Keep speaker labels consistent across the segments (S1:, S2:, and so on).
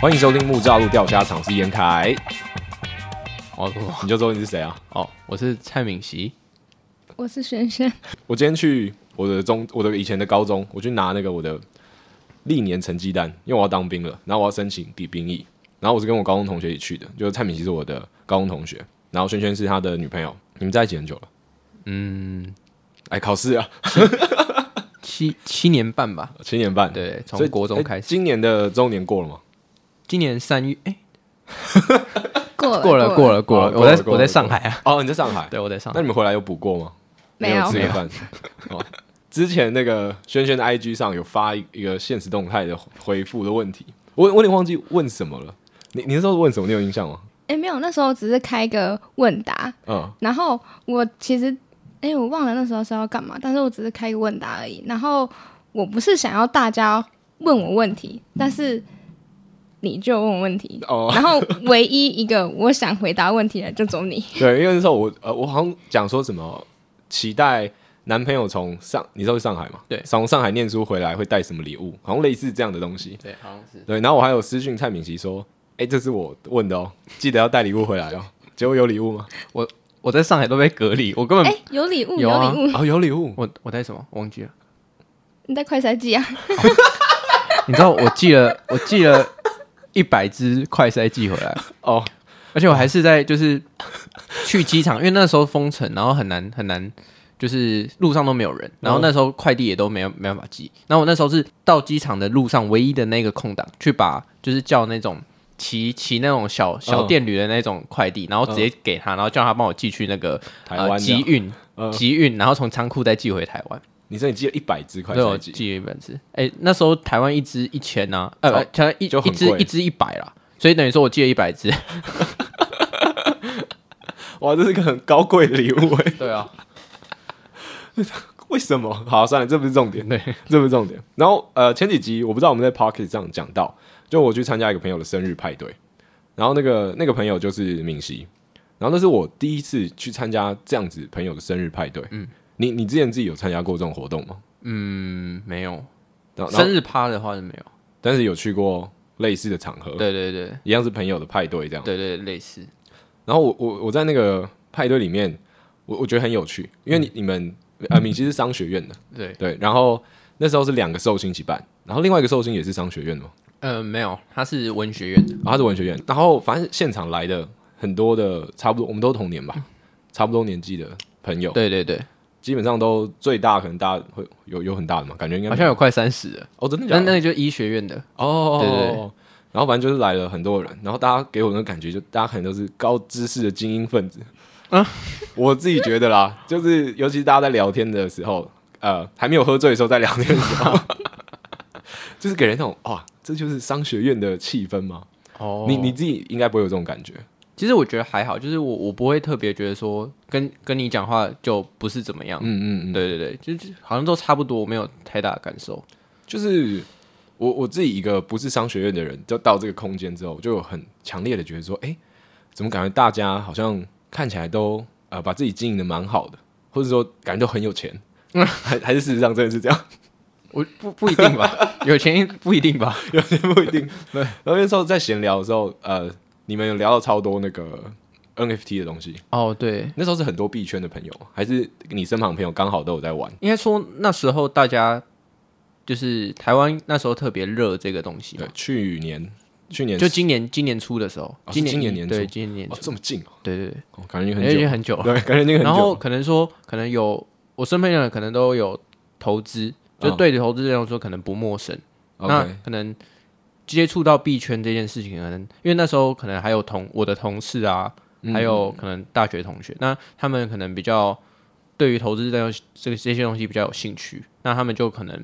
S1: 欢迎收听木栅路钓虾场，我是严凯。
S2: 哦我
S1: 你就说你是谁啊？
S2: 哦，我是蔡敏熙。
S3: 我是 璇璇，
S1: 我今天去我的中，我的以前的高中，我去拿那个我的历年成绩单，因为我要当兵了，然后我要申请抵兵役。然后我是跟我高中同学一起去的，就是蔡敏熙是我的高中同学，然后萱萱是他的女朋友，你们在一起很久了。
S2: 嗯，
S1: 哎，考试啊，
S2: 七七年半吧，
S1: 七年半，，
S2: 对，从国中开始。
S1: 哎今年的周年过了吗？
S2: 今年三月，哎，
S3: 过了
S2: 过了过，了过
S1: 哦
S2: 了，
S1: 过
S2: 我
S1: 了
S2: 在
S1: 过了
S2: 我在上海啊，
S1: 哦，你在上海，
S2: 对，我在上
S1: 那
S2: 海
S1: 你。们回来有补过吗？
S3: 没有
S1: 吃 饭。哦，之前那个轩轩的 IG 上有发一一个现实动态的回复的问题，我我有点忘记问什么了。你你那时候问什么？你有印象吗？
S3: 哎、没有，那时候只是开个问答，
S1: 嗯，
S3: 然后我其实，哎、我忘了那时候是要干嘛，但是我只是开个问答而已。然后我不是想要大家问我问题，但是你就问我问题，
S1: 哦，
S3: 然后唯一一个我想回答问题的就走你。
S1: 对，因为那时候我呃，我好像讲说什么期待男朋友从上，你知道是上海嘛？
S2: 对
S1: 从上海念书回来会带什么礼物？好像类似这样的东西。
S2: 对，好像是。
S1: 对，然后我还有私讯蔡敏熙说，哎、这是我问的哦，记得要带礼物回来哦。结果有礼物吗？
S2: 我在上海都被隔离，我根
S3: 哎、
S2: 本
S3: 有礼物，
S2: 嗯有
S3: 有
S2: 啊
S3: 礼物，
S1: 哦，有礼物，
S2: 我我带什么忘记了。
S3: 你在快筛季啊？
S2: 你知道我寄了我寄了一百只快筛寄回来，
S1: 哦，
S2: 而且我还是在就是去机场，因为那时候封城，然后很难很难，就是路上都没有人，然后那时候快递也都没有没办法寄。然后我那时候是到机场的路上唯一的那个空档，去把就是叫那种骑骑那种小小
S1: 嗯
S2: 电驴的那种快递，然后直接给他，然后叫他帮我寄去那个
S1: 台湾
S2: 呃、
S1: 的
S2: 集运
S1: 嗯
S2: 集运，然后从仓库再寄回台湾。
S1: 你说你寄了一百只快
S2: 对，我
S1: 餐机，
S2: 寄了一百只。哎、那时候台湾一只一千呐，呃，
S1: 哦
S2: 不台湾一
S1: 就
S2: 一
S1: 很
S2: 只
S1: 贵
S2: 一只一百啦，所以等于说我寄了一百只。
S1: 哇，这是个很高贵的礼物哎，
S2: 对啊，
S1: 为什么？好，算了，这不是重点，
S2: 对，
S1: 这不是重点。然后呃，前几集我不知道我们在 Pocket 上讲到，就我去参加一个朋友的生日派对，然后那个那个朋友就是敏熙，然后那是我第一次去参加这样子朋友的生日派对。嗯，你你之前自己有参加过这种活动吗？
S2: 嗯，没有
S1: 然后然
S2: 生
S1: 后
S2: 日趴的话是没有。
S1: 但是有去过类似的场合，
S2: 对对对
S1: 一样是朋友的派对这样。
S2: 对对，类似。
S1: 然后我我我在那个派对里面，我我觉得很有趣，因
S2: 嗯
S1: 为你你们呃，敏熙是商学院的。
S2: 对，
S1: 对，然后那时候是两个寿星一起办，然后另外一个寿星也是商学院的嘛，
S2: 呃，没有，他是文学院的。
S1: 然后他是文学院，然后反正现场来的很多的，差不多我们都同年吧，差不多年纪的朋友，，
S2: 对对对，
S1: 基本上都最大可能大家会有有很大的嘛，感觉应该
S2: 好像有快三十了，
S1: 哦，真的假
S2: 那
S1: 的？
S2: 那个就医学院的。
S1: 哦，
S2: 对对对
S1: 然后反正就是来了很多人，然后大家给我的感觉就大家可能都是高知识的精英分子，
S2: 啊
S1: 我自己觉得啦，就是尤其是大家在聊天的时候，呃，还没有喝醉的时候，在聊天的时候， 就是给人那种哇，这就是商学院的气氛吗？
S2: 哦
S1: 你你自己应该不会有这种感觉，
S2: 其实我觉得还好，就是我我不会特别觉得说跟跟你讲话就不是怎么样。
S1: 嗯嗯嗯，
S2: 对对对，就是好像都差不多，我没有太大的感受。
S1: 就是我我自己一个不是商学院的人，就到这个空间之后，就有很强烈的觉得说，哎、怎么感觉大家好像看起来都呃把自己经营的蛮好的，或者说感觉都很有 钱，还还是事实上真的是这样，
S2: 我不不一定 吧，有钱不一定吧。
S1: 有些不一定。对，然后那时候在闲聊的时候，呃，你们有聊到超多那个 NFT 的东西，
S2: 哦，对，
S1: 那时候是很多币圈的朋友，还是你身旁的朋友刚好都有在玩，
S2: 应该说那时候大家就是台湾那时候特别热这个东西
S1: 对
S2: 嘛，，
S1: 去年去年
S2: 就今年今年初的时候，
S1: 哦是
S2: 今年
S1: 今年
S2: 一
S1: 年初
S2: 对今年年
S1: 哦
S2: 初，
S1: 这么近哦，
S2: 对对对，
S1: 哦感觉已经
S2: 因为已经
S1: 很
S2: 很久
S1: 久，
S2: 了。
S1: 对，感觉已经很久，
S2: 哎然后可能说，可能有我身边的人可能都有投资，就
S1: 嗯
S2: 对投资这种说可能不陌生，那
S1: OK
S2: 可能接触到币圈这件事情，可能因为那时候可能还有同我的同事啊，
S1: 嗯
S2: 还有可能大学同学，那他们可能比较对于投资这种这个这些东西比较有兴趣，那他们就可能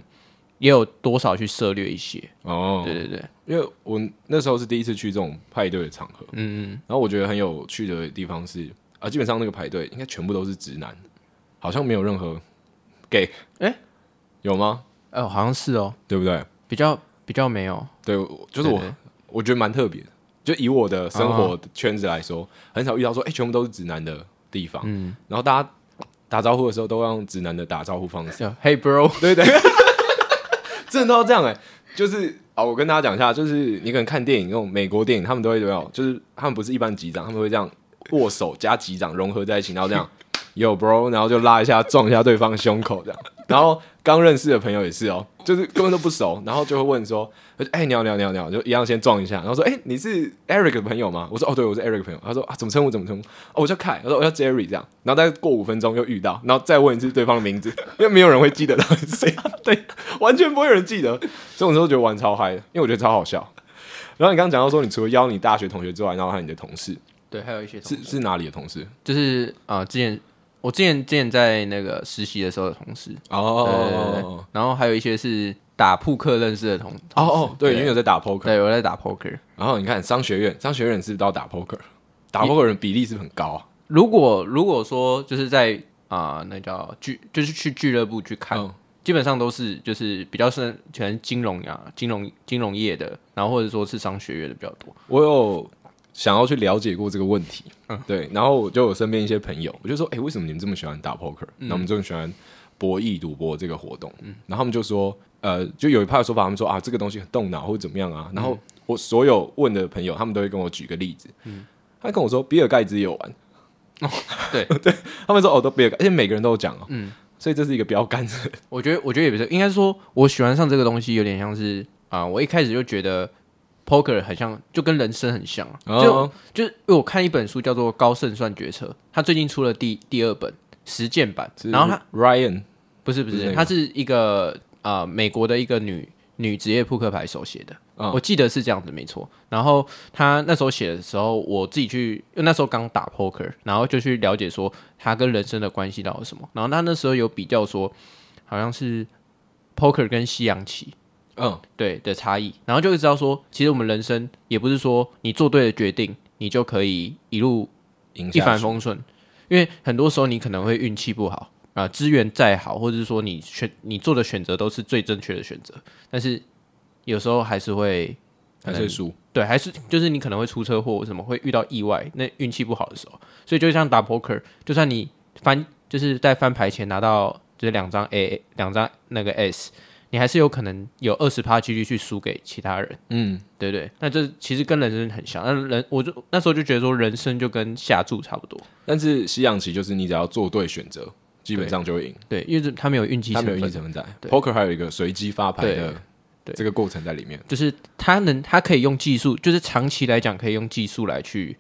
S2: 也有多少去涉略一些。
S1: 哦，
S2: 对对对，
S1: 因为我那时候是第一次去这种派对的场合，
S2: 嗯，
S1: 然后我觉得很有趣的地方是啊，基本上那个派对应该全部都是直男，好像没有任何 gay，
S2: 诶
S1: 有吗？
S2: 呃，好像是哦，
S1: 对不对？
S2: 比较比较没有，
S1: 对，我就是我，
S2: 对哦对
S1: 我觉得蛮特别的。就以我的生活圈子来说，很少遇到说哎、诶全部都是直男的地方，嗯，然后大家打招呼的时候都要用直男的打招呼方式，
S2: 叫 Hey bro，
S1: 对对，真的都要这样哎、就是啊，我跟大家讲一下，就是你可能看电影那种美国电影，他们都会有那种，就是他们不是一般击掌，他们会这样握手加击掌融合在一起，然后这样有 bro，然后就拉一下撞一下对方胸口这样。然后刚认识的朋友也是哦，就是根本都不熟，然后就会问说，哎、你好你好你好你好，就一样先撞一下，然后说，哎、你是 Eric 的朋友吗？我说，哦，对，我是 Eric 的朋友。他说，啊，怎么称呼怎么称呼？哦，我叫凯，他说我叫 Jerry 这样。然后再过五分钟又遇到，然后再问一次对方的名字，因为没有人会记得到底是谁，对，完全不会有人记得。这种时候觉得玩超嗨的，因为我觉得超好笑。然后你刚刚讲到说，你除了邀你大学同学之外，然后还有你的同事，
S2: 对，还有一些同
S1: 是是哪里的同事？
S2: 就是啊、呃之前我之前之前在那个实习的时候的同事，对对对对
S1: 哦，
S2: 然后还有一些是打扑克认识的同
S1: 哦哦，对，因为有在打 poker，
S2: 对，我在打 poker。
S1: 然后你看商学院，商学院是不是都要打 poker？打 poker 人比例是不是很高啊？
S2: 如果如果说就是在啊、那叫俱，就是去俱乐部去看，
S1: 嗯
S2: 基本上都是就是比较是全金融啊，金融金融业的，然后或者说是商学院的比较多。
S1: 我有想要去了解过这个问题，
S2: 嗯
S1: 对，然后我就有身边一些朋友，我就说，哎、为什么你们这么喜欢打 poker？那、
S2: 嗯
S1: 我们这么喜欢博弈赌博这个活动？然后他们就说，呃，就有一派的说法，他们说啊，这个东西很动脑或者怎么样啊。
S2: 嗯
S1: 然后我所有问的朋友，他们都会跟我举个例子，他跟我说，比尔盖茨也有玩，
S2: 嗯哦 对，嗯
S1: 他们说哦，都比尔盖，而且每个人都有讲哦，所以这是一个标杆，
S2: 我觉得我觉得也不是，应该说我喜欢上这个东西有点像是啊、我一开始就觉得 poker 很像，就跟人生很像啊，
S1: 哦
S2: 就就是因为我看一本书叫做《高胜算决策》，它最近出了第第二本实践版，然后它。
S1: 是 Ryan
S2: 不是不
S1: 不是
S2: 是，
S1: 那
S2: 她是一个呃美国的一个女女职业扑克牌手写的，
S1: 嗯
S2: 我记得是这样子没错。然后她那时候写的时候，我自己去，因为那时候刚打 poker，然后就去了解说她跟人生的关系到底是什么。然后她那时候有比较说，好像是 poker 跟西洋棋，
S1: 嗯
S2: 对的差异，然后就会知道说，其实我们人生也不是说你做对了决定，你就可以一路
S1: 赢
S2: 一
S1: 下
S2: 帆
S1: 去
S2: 风顺，因为很多时候你可能会运气不好啊、资源再好，或者是说你选你做的选择都是最正确的选择，但是有时候还是会
S1: 还是会输。
S2: 对，还是就是你可能会出车祸，什么会遇到意外，那运气不好的时候，所以就像打 poker，就算你翻就是在翻牌前拿到就是两张 A 两张那个 S，你还是有可能有二十趴几率去输给其他人，
S1: 嗯，
S2: 对不对？那这其实跟人生很像，那人我就那时候就觉得说人生就跟下注差不多，
S1: 但是西洋棋就是你只要做对选择，基本上就会赢。
S2: 对，因为这他没有运气
S1: 它
S2: 成
S1: 没有运气成分
S2: 分，
S1: 在
S2: 对
S1: ，poker 还有一个随机发牌的
S2: 对对
S1: 这个过程在里面，
S2: 就是他能他可以用技术，就是长期来讲可以用技术来去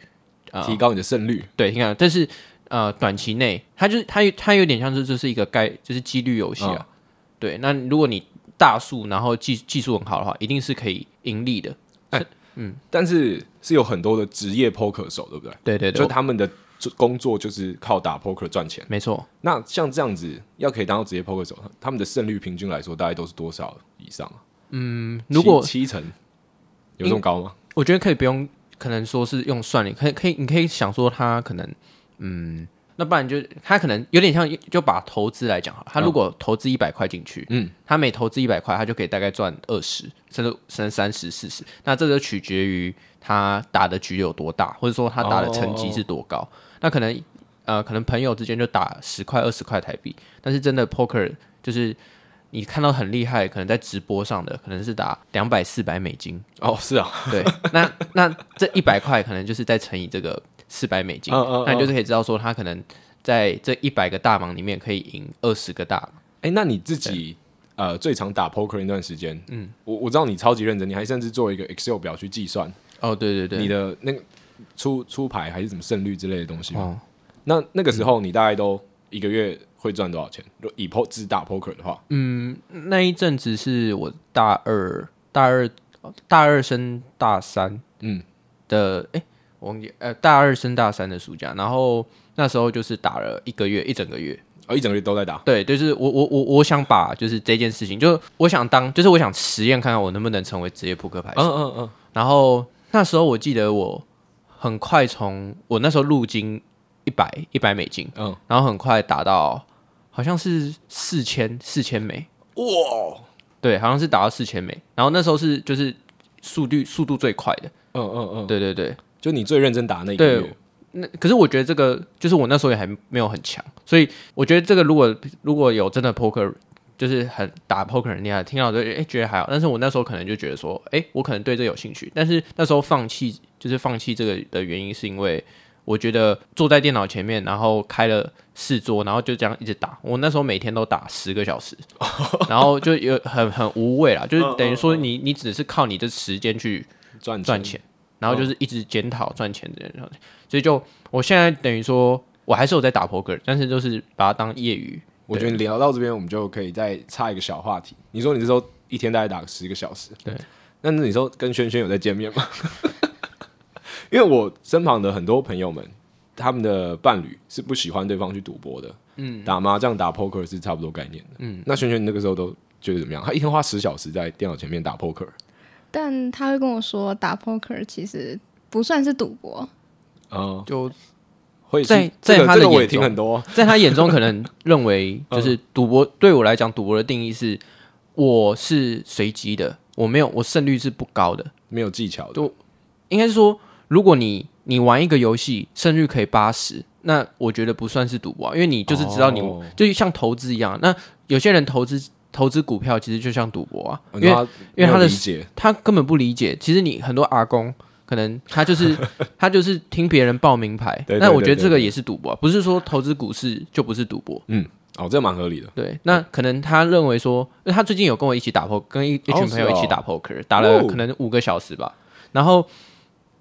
S2: 啊、
S1: 提高你的胜率。
S2: 对，你看，但是呃，短期内它就是它有它有点像是这是一个概就是几率游戏
S1: 嗯
S2: 啊。对，那如果你大数然后技技术很好的话，一定是可以盈利的。
S1: 但是是有很多的职业 poker 手，对不对？
S2: 对对对，
S1: 就
S2: 我
S1: 他们的工作就是靠打 poker 赚钱。
S2: 没错。
S1: 那像这样子，要可以当到职业 poker 手，他们的胜率平均来说，大概都是多少以上啊？
S2: 嗯，如果
S1: 七七成，有这么高吗？
S2: 我觉得可以不用，可能说是用算力，可以可以，你可以想说他可能嗯。那不然就他可能有点像，就把投资来讲好了。他如果投资一百块进去，
S1: 嗯，
S2: 他每投资一百块，他就可以大概赚二十，甚至甚至三十、四十。那这就取决于他打的局有多大，或者说他打的成绩是多高。那可能呃，可能朋友之间就打十块、二十块台币，但是真的 poker 就是你看到很厉害，可能在直播上的可能是打两百、四百美金，
S1: 哦，是啊，
S2: 对，那那这一百块可能就是再乘以这个四百美金，
S1: 嗯嗯
S2: 那你就是可以知道说他可能在这一百个大盲里面可以赢二十个大盲。
S1: 哎、那你自己呃最常打 poker 那段时间，嗯，我我知道你超级认真，你还甚至做一个 Excel 表去计算
S2: 哦，对对对，
S1: 你的那个出出牌还是什么胜率之类的东西吗？
S2: 哦，嗯
S1: 那那个时候你大概都一个月会赚多少钱？如果以 po 只打 poker 的话，
S2: 嗯那一阵子是我大二、大二、哦大二升大三，
S1: 嗯
S2: 的，哎、我忘记，呃，大二升大三的暑假，然后那时候就是打了一个月，一整个月，
S1: 哦，一整个月都在打。
S2: 对，就是我我我我想把就是这件事情，就是我想当，就是我想实验看看我能不能成为职业扑克牌手。
S1: 嗯嗯嗯，
S2: 然后那时候我记得我很快从我那时候入金一百一百美金，
S1: 嗯，
S2: 然后很快打到好像是四千四千美，
S1: 哇，
S2: 对，好像是打到四千美。然后那时候是就是速率速度最快的，
S1: 嗯嗯嗯，
S2: 对对对
S1: 就你最认真打那一个
S2: 对
S1: 月，。
S2: 那可是我觉得这个就是我那时候也还没有很强，所以我觉得这个如果如果有真的 poker 就是很打 poker 很厉害，听到就哎、诶觉得还好，但是我那时候可能就觉得说，哎、我可能对这有兴趣，但是那时候放弃就是放弃这个的原因是因为我觉得坐在电脑前面，然后开了四桌，然后就这样一直打，我那时候每天都打十个小时，然后就有很很无味啦，就是等于说你你只是靠你的时间去
S1: 赚
S2: 赚钱，然后就是一直检讨赚钱这件事情。所以就我现在等于说，我还是有在打 poker，但是就是把它当业余。
S1: 我觉得聊到这边，我们就可以再插一个小话题。你说你这时候一天大概打个十个小时，
S2: 对。
S1: 那你说跟轩轩有在见面吗？ 因为我身旁的很多朋友们，他们的伴侣是不喜欢对方去赌博的。嗯，打麻将、打 poker 是差不多概念的。嗯，那轩轩你那个时候都觉得怎么样？他一天花十小时在电脑前面打 poker，
S3: 但他会跟我说，打 poker 其实不算是赌博，
S1: 嗯，
S2: 就
S1: 会是
S2: 哦在
S1: 这
S2: 在
S1: 个
S2: 他
S1: 这
S2: 的
S1: 个我也
S2: 眼中
S1: 听很多。
S2: 在他眼中，可能认为就是赌博。对我来讲，赌博的定义是我是随机的，我没有我胜率是不高的。
S1: 没有技巧的，
S2: 就应该是说，如果你你玩一个游戏胜率可以八十，那我觉得不算是赌博、啊，因为你就是知道你、
S1: 哦
S2: 就像投资一样。那有些人投资投资股票，其实就像赌博啊，因为
S1: 因为
S2: 因为他的
S1: 理解
S2: 他根本不理解。其实你很多阿公，可能他就是 他就是听别人报名牌，
S1: 对对
S2: 那我
S1: 对
S2: 觉得
S1: 对
S2: 这个
S1: 对
S2: 也是赌博啊、不是说投资股市就不是赌博。
S1: 哦，这蛮合理的。
S2: 对，那可能他认为说，因为他最近有跟我一起打 poker，跟一一群朋友一起打 poker，、打了可能五个小时吧。然后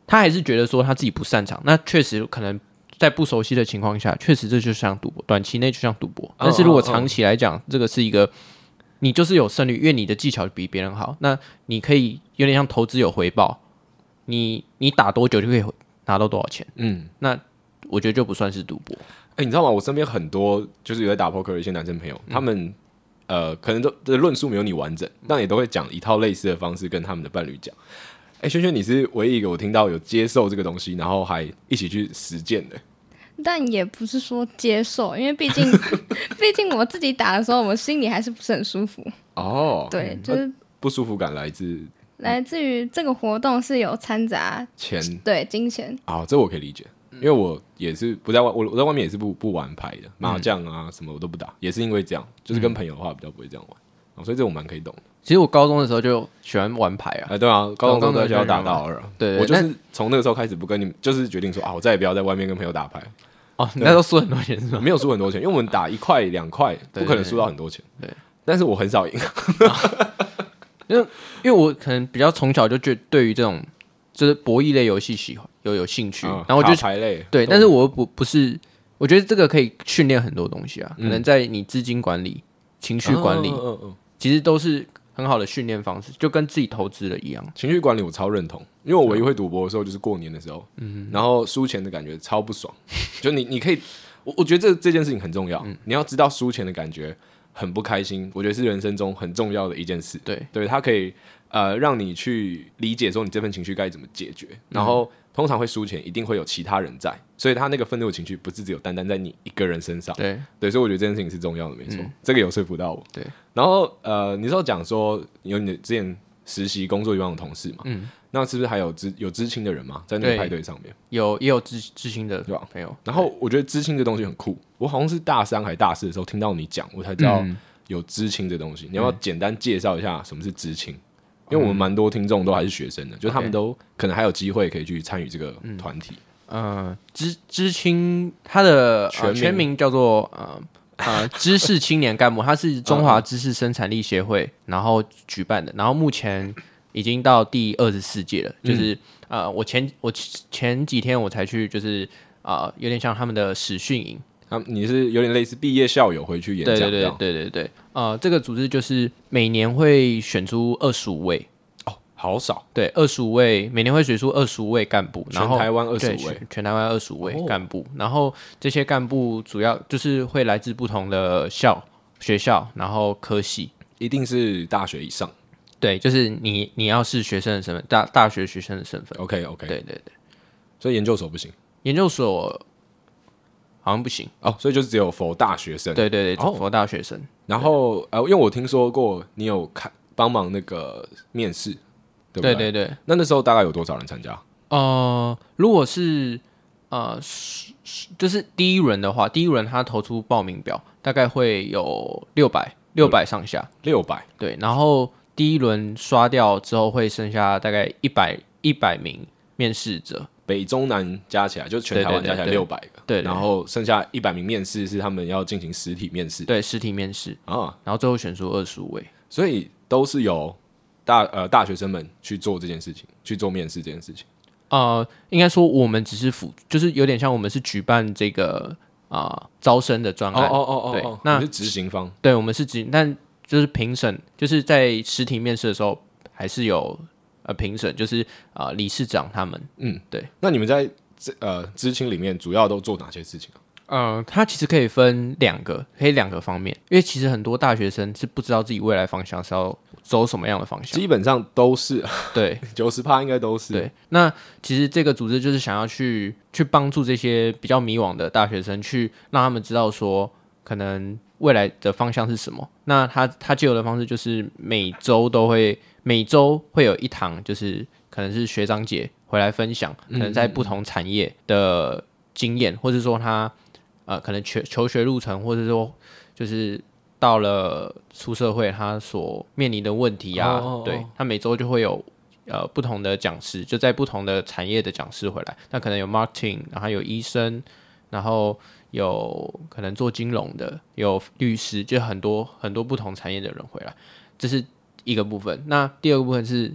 S2: 他还是觉得说他自己不擅长，那确实可能在不熟悉的情况下，确实这就像赌博，短期内就像赌博。但是如果长期来讲，这个是一个你就是有胜率，因为你的技巧比别人好，那你可以有点像投资有回报，你你打多久就可以拿到多少钱，
S1: 嗯，
S2: 我觉得就不算是赌博。
S1: 哎、你知道吗？我身边很多就是有在打 poker 的一些男生朋友，他们呃，可能都的论述没有你完整，但也都会讲一套类似的方式跟他们的伴侣讲。哎、轩轩，你是唯一一个我听到有接受这个东西，然后还一起去实践的。
S3: 但也不是说接受，因为毕竟毕竟我自己打的时候，我心里还是不是很舒服。
S1: 哦，
S3: 对，就是
S1: 不舒服感来自
S3: 来自于这个活动是有掺杂
S1: 钱
S3: 对金钱，
S1: 啊、这我可以理解，因为我也是不在外，我我在外面也是不不玩牌的，麻将啊什么我都不打，也是因为这样，就是跟朋友的话比较不会这样玩，哦、所以这我蛮可以懂的。
S2: 其实我高中的时候就喜欢玩牌啊
S1: 哎、，对啊，高中
S2: 高
S1: 都
S2: 中
S1: 在
S2: 的
S1: 学
S2: 时候
S1: 校打
S2: 就玩
S1: 到二啊，
S2: 对对
S1: 我就
S2: 那
S1: 是从那个时候开始不跟你们，就是决定说啊，我再也不要在外面跟朋友打牌，
S2: 哦，你那时候输很多钱是吗？
S1: 没有输很多钱，因为我们打一块两块，
S2: 对
S1: 不可能输到很多钱，
S2: 对对
S1: 但是我很少赢，
S2: 因为我可能比较从小就觉对于这种就是博弈类游戏喜欢有有兴趣，
S1: 嗯
S2: 然后我
S1: 卡
S2: 就
S1: 牌类，
S2: 对，
S1: 都
S2: 但是我又不不是，我觉得这个可以训练很多东西啊，可能在你资金管理、情绪管理
S1: 嗯，嗯嗯嗯
S2: 其实都是很好的训练方式，就跟自己投资了一样。
S1: 情绪管理我超认同，因为我唯一会赌博的时候就是过年的时候，
S2: 嗯
S1: 然后输钱的感觉超不爽， 就你你可以，我我觉得这这件事情很重要，
S2: 嗯
S1: 你要知道输钱的感觉很不开心，我觉得是人生中很重要的一件事，
S2: 对，
S1: 对，它可以呃让你去理解说你这份情绪该怎么解决，然后
S2: 嗯
S1: 通常会输钱一定会有其他人在，所以他那个愤怒的情绪不是只有单单在你一个人身上，
S2: 对，嗯
S1: 对，所以我觉得这件事情是重要的，没错，这个有说服到我。
S2: 对，
S1: 然后呃，你是要讲说有你的之前实习工作地方的同事嘛？嗯，那是不是还有知有知青的人嘛，在那个
S2: 对
S1: 派对上面？
S2: 有也有知知心的
S1: 对吧
S2: 朋友，
S1: 然后我觉得知青这东西很酷，我好像是大三还大四的时候听到你讲，我才知道
S2: 嗯
S1: 有知青这东西。你要不要简单介绍一下什么是知青？因为我们蛮多听众都还是学生的，就他们
S2: 嗯 OK 嗯
S1: 都可能还有机会可以去参与这个团体。
S2: 呃，知知青，他的
S1: 全
S2: 呃
S1: 名
S2: 全名叫做呃 呃知识青年干部，他是中华知识生产力协会然后举办的，然后目前已经到第二十四届了，
S1: 嗯
S2: 就是、呃我前我前几天我才去就是。啊、有点像他们的史训营，
S1: 他们你是有点类似毕业校友回去演
S2: 对对
S1: 讲这
S2: 对
S1: 样，
S2: 对对对，呃，这个组织就是每年会选出二十五位，
S1: 哦好少，
S2: 对，二十五位，每年会选出二十五位干部，
S1: 全
S2: 然后
S1: 台湾二十
S2: 对，
S1: 五位
S2: 全，全台湾二十五位
S1: 哦
S2: 干部，然后这些干部主要就是会来自不同的校学校，然后科系。
S1: 一定是大学以上。
S2: 对，就是你你要是学生的身份，大大学学生的身份。
S1: OK OK，
S2: 对对对，
S1: 所以研究所不行
S2: 研究所好像不行。
S1: 哦，所以就只有否大学生。，
S2: 对对对，
S1: 哦
S2: 佛大学生。
S1: 然后呃，因为我听说过你有看帮忙那个面试，对不
S2: 对
S1: 对
S2: 对对，
S1: 那那时候大概有多少人参加？
S2: 呃，如果是呃，是是就是第一轮的话，第一轮他投出报名表，大概会有六百六百上下。
S1: 六百，
S2: 对，然后第一轮刷掉之后，会剩下大概一百一百名面试者。
S1: 北中南加起来就全台湾
S2: 对对对
S1: 加起来
S2: 对
S1: 六百个，
S2: 对对
S1: 然后剩下一百名面试是他们要进行实体面试
S2: 对，实体面试，
S1: 啊，
S2: 然后最后选出二十五位。
S1: 所以都是由大呃大学生们去做这件事情，去做面试这件事情。
S2: 呃，应该说我们只是辅，就是有点像我们是举办这个啊、招生的专案。
S1: 哦
S2: 对那
S1: 你是执行方
S2: 对，我们是只，但就是评审，就是在实体面试的时候，还是有呃评审，就是啊、呃理事长他们，
S1: 那你们在这呃知青里面主要都做哪些事情啊？
S2: 嗯，它其实可以分两个，可以两个方面，因为其实很多大学生是不知道自己未来方向是要走什么样的方向。
S1: 基本上都是
S2: 对
S1: 九十趴，应该都是
S2: 对，那其实这个组织就是想要去去帮助这些比较迷惘的大学生，去让他们知道说，可能未来的方向是什么。那他他借由的方式就是每周都会每周会有一堂，就是可能是学长姐回来分享，可能在不同产业的经验，或者说他呃可能求求学路程，或者说就是到了出社会他所面临的问题啊，
S1: 哦哦哦
S2: 对他每周就会有。呃，不同的讲师就在不同的产业的讲师回来，那可能有 marketing，然后有医生，然后有可能做金融的，有律师，就很多很多不同产业的人回来，这是一个部分。那第二个部分是，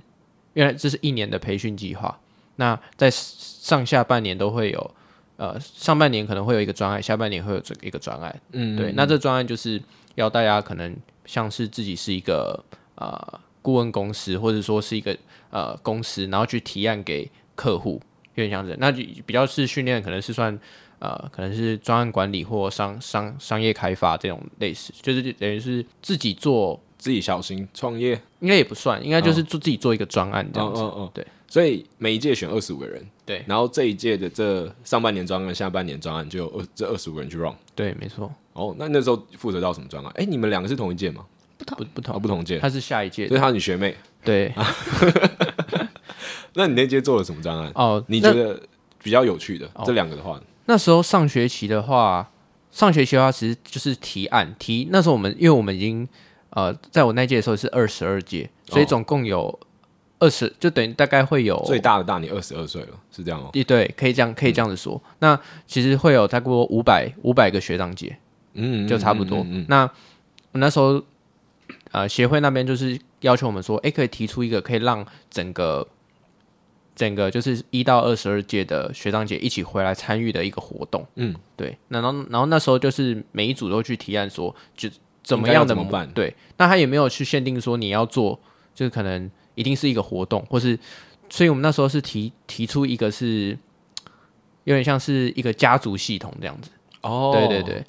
S2: 原来这是一年的培训计划，那在上下半年都会有，呃，上半年可能会有一个专案，下半年会有这一个专案。
S1: 嗯
S2: 对，那这专案就是要大家可能像是自己是一个呃顾问公司，或者说是一个呃公司，然后去提案给客户，有点像是那就比较是训练，可能是算呃可能是专案管理或商商商业开发这种类似，就是等于是自己做，
S1: 自己小型创业
S2: 应该也不算，应该就是做自己做一个专案这样子。
S1: 哦哦哦
S2: 对，
S1: 所以每一届选二十五个人，
S2: 对
S1: 然后这一届的这上半年专案、下半年专案就有二这二十五个人去 run。
S2: 对，没错，
S1: 哦，那那时候负责到什么专案？哎，你们两个是同一届吗？
S2: 不不
S1: 啊，
S2: 同，
S1: 不同届，
S2: 他是下一届
S1: 所以
S2: 的，
S1: 她是你学妹。
S2: 对
S1: 那你那届做了什么专案？
S2: 哦，
S1: 你
S2: 那
S1: 觉得比较有趣的这两个的话，
S2: 那哦时候上学期的话，上学期的话其实就是提案提。那时候我们因为我们已经呃，在我那届的时候是二十二届，所以
S1: 哦
S2: 总共有二十、就等于大概会有
S1: 最大的大你二十二岁了，是这样哦。
S2: 对对，可以这样可以这样子说。那其实会有差不多五百五百个学长姐，
S1: 嗯，
S2: 就差不多。
S1: 嗯嗯嗯
S2: 那我那时候呃，协会那边就是要求我们说，诶，可以提出一个可以让整个整个就是一到二十二届的学长姐一起回来参与的一个活动。
S1: 嗯，
S2: 对。那然后然后那时候就是每一组都去提案说，就怎
S1: 应
S2: 么
S1: 该要
S2: 样的
S1: 怎么
S2: 模
S1: 办
S2: 对，那他也没有去限定说你要做，就是可能一定是一个活动，或是所以我们那时候是提提出一个是。有点像是一个家族系统这样子，
S1: 哦
S2: 对对对，，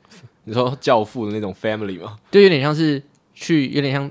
S1: 你说教父的那种 family 吗？
S2: 就有点像是去，有点像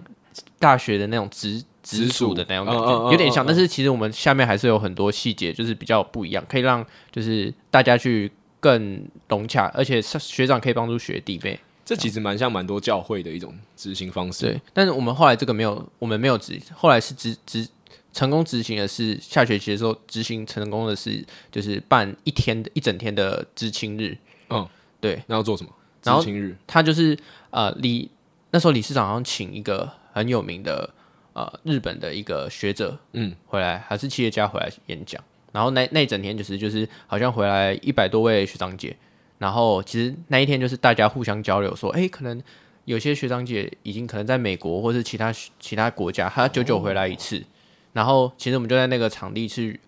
S2: 大学的那种直直
S1: 直属
S2: 属的那种感觉，
S1: 嗯嗯嗯
S2: 有点像。
S1: 嗯嗯
S2: 但是其实我们下面还是有很多细节，就是比较不一样，可以让就是大家去更融洽，而且学长可以帮助学弟妹。
S1: 这其实蛮像蛮多教会的一种执行方式。
S2: 对，但是我们后来这个没有，我们没有执，后来是执执成功执行的是下学期的时候执行成功的是就是办一天的一整天的知青日，
S1: 嗯，
S2: 对，
S1: 那要做什么？
S2: 然后
S1: 知青日
S2: 他就是呃李那时候理事长好像请一个很有名的呃日本的一个学者，
S1: 嗯，
S2: 回来还是企业家回来演讲，然后那那一整天就是就是好像回来一百多位学长姐，然后其实那一天就是大家互相交流说，哎、可能。有些学长姐已经可能在美国或是其他其他国家，他久久回来一次，然后其实我们就在那个场地去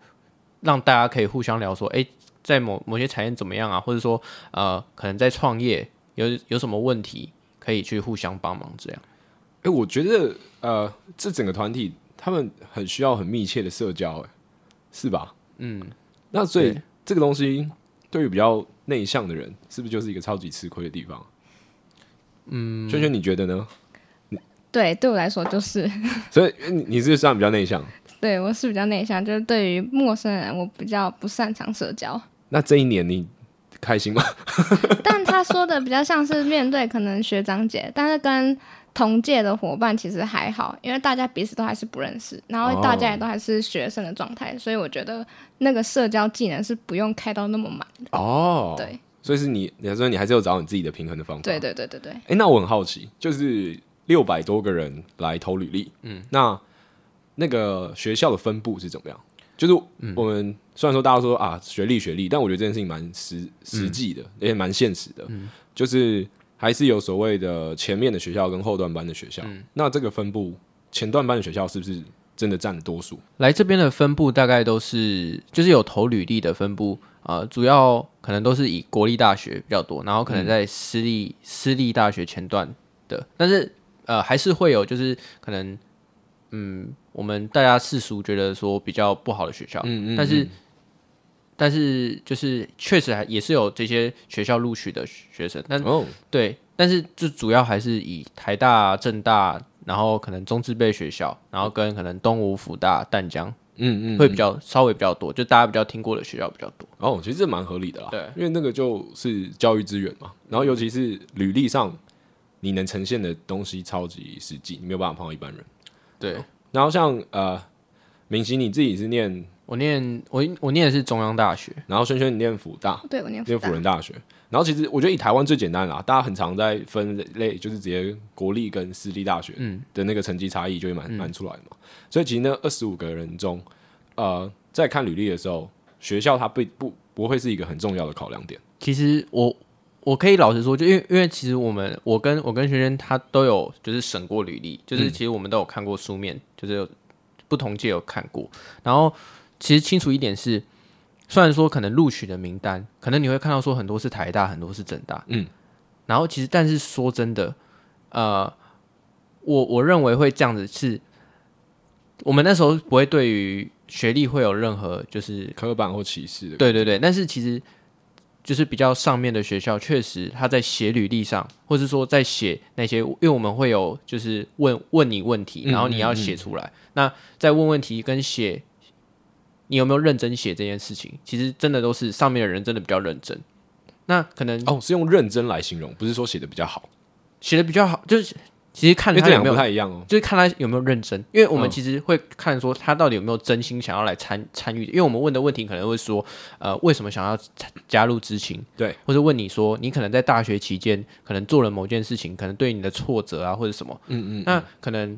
S2: 让大家可以互相聊说，哎、在某某些产业怎么样啊，或者说呃，可能在创业有有什么问题可以去互相帮忙，这样
S1: 哎、我觉得呃，这整个团体他们很需要很密切的社交、哎，是吧？嗯，那所以
S2: 对
S1: 这个东西对于比较内向的人，是不是就是一个超级吃亏的地方？嗯，轩轩，你觉得呢？
S3: 对，对我来说就是，
S1: 所以你你是算比较内向，
S3: 对我是比较内向，就是对于陌生人我比较不擅长社交。
S1: 那这一年你开心吗？
S3: 但他说的比较像是面对可能学长姐，但是跟同届的伙伴其实还好，因为大家彼此都还是不认识，然后大家也都还是学生的状态，所以我觉得那个社交技能是不用开到那么满。
S1: 哦，
S3: 对，
S1: 所以是你，你说你还是有找你自己的平衡的方法。
S3: 对对对对对。
S1: 哎、那我很好奇，就是六百多个人来投履历，嗯，那那个学校的分布是怎么样？就是我们虽然说大家说啊学历学历，但我觉得这件事情蛮实实际的，也蛮现实的，就是还是有所谓的前面的学校跟后段班的学校，那这个分布前段班的学校是不是真的占多数？
S2: 来这边的分布大概都是，就是有投履历的分布啊、呃主要可能都是以国立大学比较多，然后可
S1: 嗯
S2: 能在私立、私立大学前段的，但是呃还是会有就是可能嗯，我们大家世俗觉得说比较不好的学校，
S1: 嗯
S2: 但是但是就是确实还也是有这些学校录取的学生，但
S1: 哦，
S2: 对，但是就主要还是以台大、政大，然后可能中自备学校，然后跟可能东吴、福大、淡江
S1: 嗯嗯，
S2: 会比较、稍微比较多，就大家比较听过的学校比较多。
S1: 哦，其实这蛮合理的啦，
S2: 对，
S1: 因为那个就是教育资源嘛，然后尤其是履历上你能呈现的东西超级实际，你没有办法碰到一般人。
S2: 对
S1: 然后像呃，明星你自己是念，
S2: 我念我我念的是中央大学，
S1: 然后轩轩你念辅大，
S3: 对我念
S1: 念
S3: 大
S1: 辅，仁大学，然后其实我觉得以台湾最简单啦，大家很常在分类，就是直接国立跟私立大学的那个成绩差异就会蛮蛮出来的嘛。所以其实那二十五个人中，呃，在看履历的时候，学校它不不不会是一个很重要的考量点。
S2: 其实我我可以老实说，就因为因为其实我们我跟我跟学生他都有就是审过履历，就是其实我们都有看过书面，就是有不同届有看过。然后其实清楚一点是，虽然说可能录取的名单，可能你会看到说很多是台大，很多是政大，
S1: 嗯。
S2: 然后其实但是说真的，呃，我我认为会这样子是，我们那时候不会对于学历会有任何就是
S1: 刻板或歧视的
S2: 对对对，但是其实就是比较上面的学校，确实他在写履历上，或是说在写那些，因为我们会有就是问问你问题，
S1: 嗯
S2: 然后你要
S1: 嗯
S2: 写出来。那在问问题跟写你有没有认真写这件事情，其实真的都是上面的人真的比较认真。那可能
S1: 哦，是用认真来形容，不是说写的比较好，
S2: 写的比较好，就是其实看
S1: 因为
S2: 他
S1: 这
S2: 有
S1: 两个
S2: 没
S1: 不
S2: 有。
S1: 太一样哦。
S2: 就是看他有没有认真，因为我们
S1: 嗯
S2: 其实会看说他到底有没有真心想要来参参与，因为我们问的问题可能会说，呃，为什么想要参加入知情？
S1: 对，
S2: 或者问你说，你可能在大学期间可能做了某件事情，可能对你的挫折啊或者什么，
S1: 嗯嗯，
S2: 那可能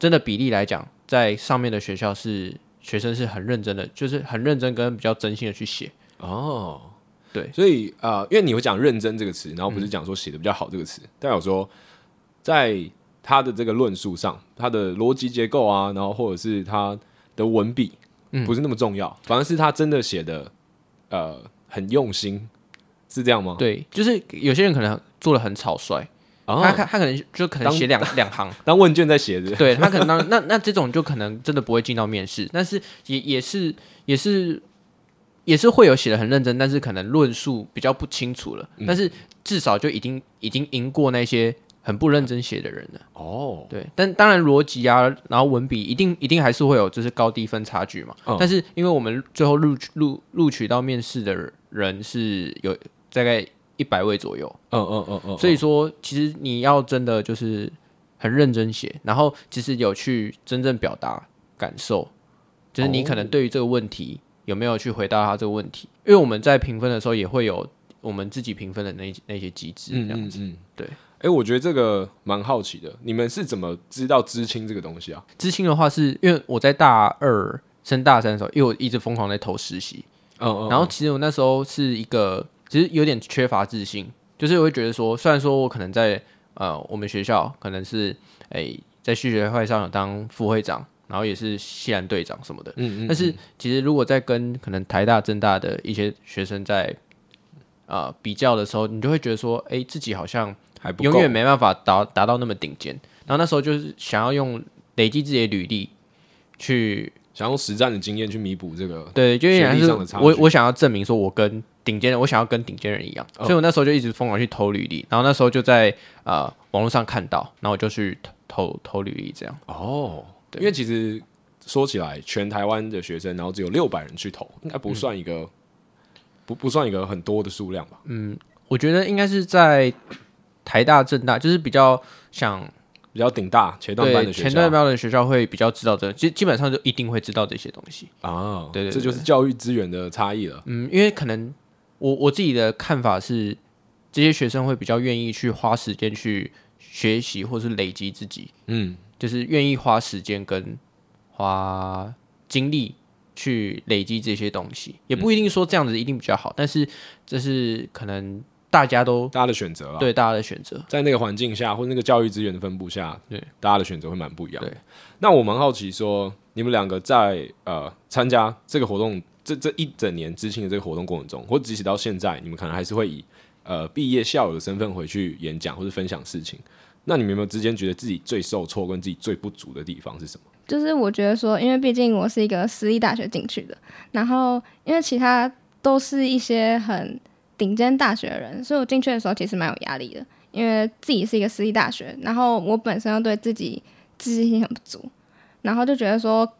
S2: 真的比例来讲，在上面的学校是学生是很认真的，就是很认真跟比较真心的去写，
S1: 哦，
S2: 对嗯
S1: 所以呃，因为你会讲“认真”这个词，然后不是讲说写的比较好这个词，代表说在他的这个论述上，他的逻辑结构啊，然后或者是他的文笔，
S2: 嗯
S1: 不是那么重要，反而是他真的写的呃很用心，是这样吗？
S2: 对，就是有些人可能做的很草率，
S1: 哦
S2: 他他他可能就可能
S1: 当
S2: 写两两行，
S1: 当问卷在写的，
S2: 对他可能当那那这种就可能真的不会进到面试，但是也也是也是也是会有写的很认真，但是可能论述比较不清楚了，但是至少就已经已经赢过那些很不认真写的人了。
S1: 哦，
S2: 对，但当然逻辑啊，然后文笔一定一定还是会有就是高低分差距嘛。
S1: 嗯
S2: 但是因为我们最后录取录录取到面试的人是有大概一百位左右，
S1: 嗯嗯嗯嗯，
S2: 所以说，其实你要真的就是很认真写，然后其实有去真正表达感受，就是你
S1: 哦
S2: 可能对于这个问题有没有去回答他这个问题，因为我们在评分的时候也会有我们自己评分的那那些机制，这样子。
S1: 嗯嗯嗯
S2: 对。
S1: 哎、我觉得这个蛮好奇的，你们是怎么知道知青这个东西啊？
S2: 知青的话是，因为我在大二升大三的时候，因为我一直疯狂在投实习，
S1: 嗯嗯
S2: 然后其实我那时候是一个，其实有点缺乏自信，就是我会觉得说，虽然说我可能在呃我们学校可能是诶、在系学会上有当副会长，然后也是系篮队长什么的，
S1: 嗯嗯，
S2: 但是其实如果在跟可能台大、政大的一些学生在啊、呃比较的时候，你就会觉得说，诶、自己好像
S1: 还不够
S2: 永远没办法达达到那么顶尖。然后那时候就是想要用累积自己的履历去
S1: 想用实战的经验去弥补这个。
S2: 对，就有
S1: 学
S2: 点
S1: 历
S2: 像
S1: 上的
S2: 是
S1: 差
S2: 我
S1: 距
S2: 我想要证明说，我跟顶尖人，我想要跟顶尖人一
S1: 哦
S2: 样，所以我那时候就一直疯狂去投履历，然后那时候就在呃网络上看到，然后我就去投投投履历这样。
S1: 哦，因为其实说起来，全台湾的学生，然后只有六百人去投，应该
S2: 嗯
S1: 不算一个、不不算一个很多的数量吧？
S2: 我觉得应该是在台大、政大，就是比较想
S1: 比较顶大前段班
S2: 对
S1: 的学
S2: 前
S1: 校
S2: 段班的学校会比较知道这个，基基本上就一定会知道这些东西。
S1: 啊，
S2: 对对对
S1: 这就是教育资源的差异了。
S2: 嗯，因为可能我我自己的看法是，这些学生会比较愿意去花时间去学习或是累积自己，
S1: 嗯，
S2: 就是愿意花时间跟花精力去累积这些东西，也不一定说这样子一定比较好，但是这是可能大家都
S1: 大家的选择啊，
S2: 对大家的选择。
S1: 在那个环境下或那个教育资源的分布下，
S2: 对
S1: 大家的选择会蛮不一样。
S2: 对，
S1: 那我蛮好奇说，你们两个在呃参加这个活动这这一整年知青的这个活动过程中，或即使到现在，你们可能还是会以呃毕业校友的身份回去演讲或是分享事情。那你们有没有之间觉得自己最受挫跟自己最不足的地方是什么？
S3: 就是我觉得说，因为毕竟我是一个私立大学进去的，然后因为其他都是一些很顶尖大学的人，所以我进去的时候其实蛮有压力的，因为自己是一个私立大学，然后我本身又对自己自信心很不足，然后就觉得说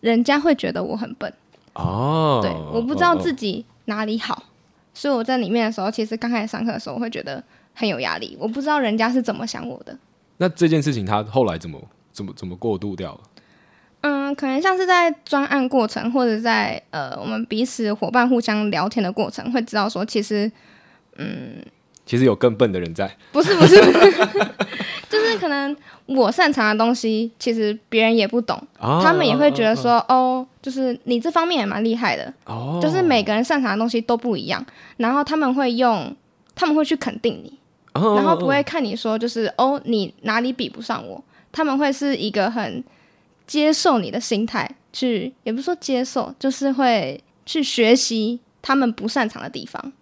S3: 人家会觉得我很笨，
S1: 哦
S3: 对，我不知道自
S1: 己
S3: 己哪里好，所以我在里面的时候，其实刚开始上课的时候，我会觉得很有压力，我不知道人家是怎么想我的。
S1: 那这件事情他后来怎么怎么怎么过渡掉了？
S3: 嗯，可能像是在专案过程，或者在呃我们彼此伙伴互相聊天的过程，会知道说，其实
S1: 其实有更笨的人在，
S3: 不是不 是，不是就是可能我擅长的东西，其实别人也不懂，
S1: 哦
S3: 他们也会觉得说，哦，就是你这方面也蛮厉害的，
S1: 哦，
S3: 就是每个人擅长的东西都不一样，然后他们会用，他们会去肯定你，
S1: 哦
S3: 然后不会看你说就是哦，你哪里比不上我？他们会是一个很接受你的心态去，也不是说接受，就是会去学习他们不擅长的地方。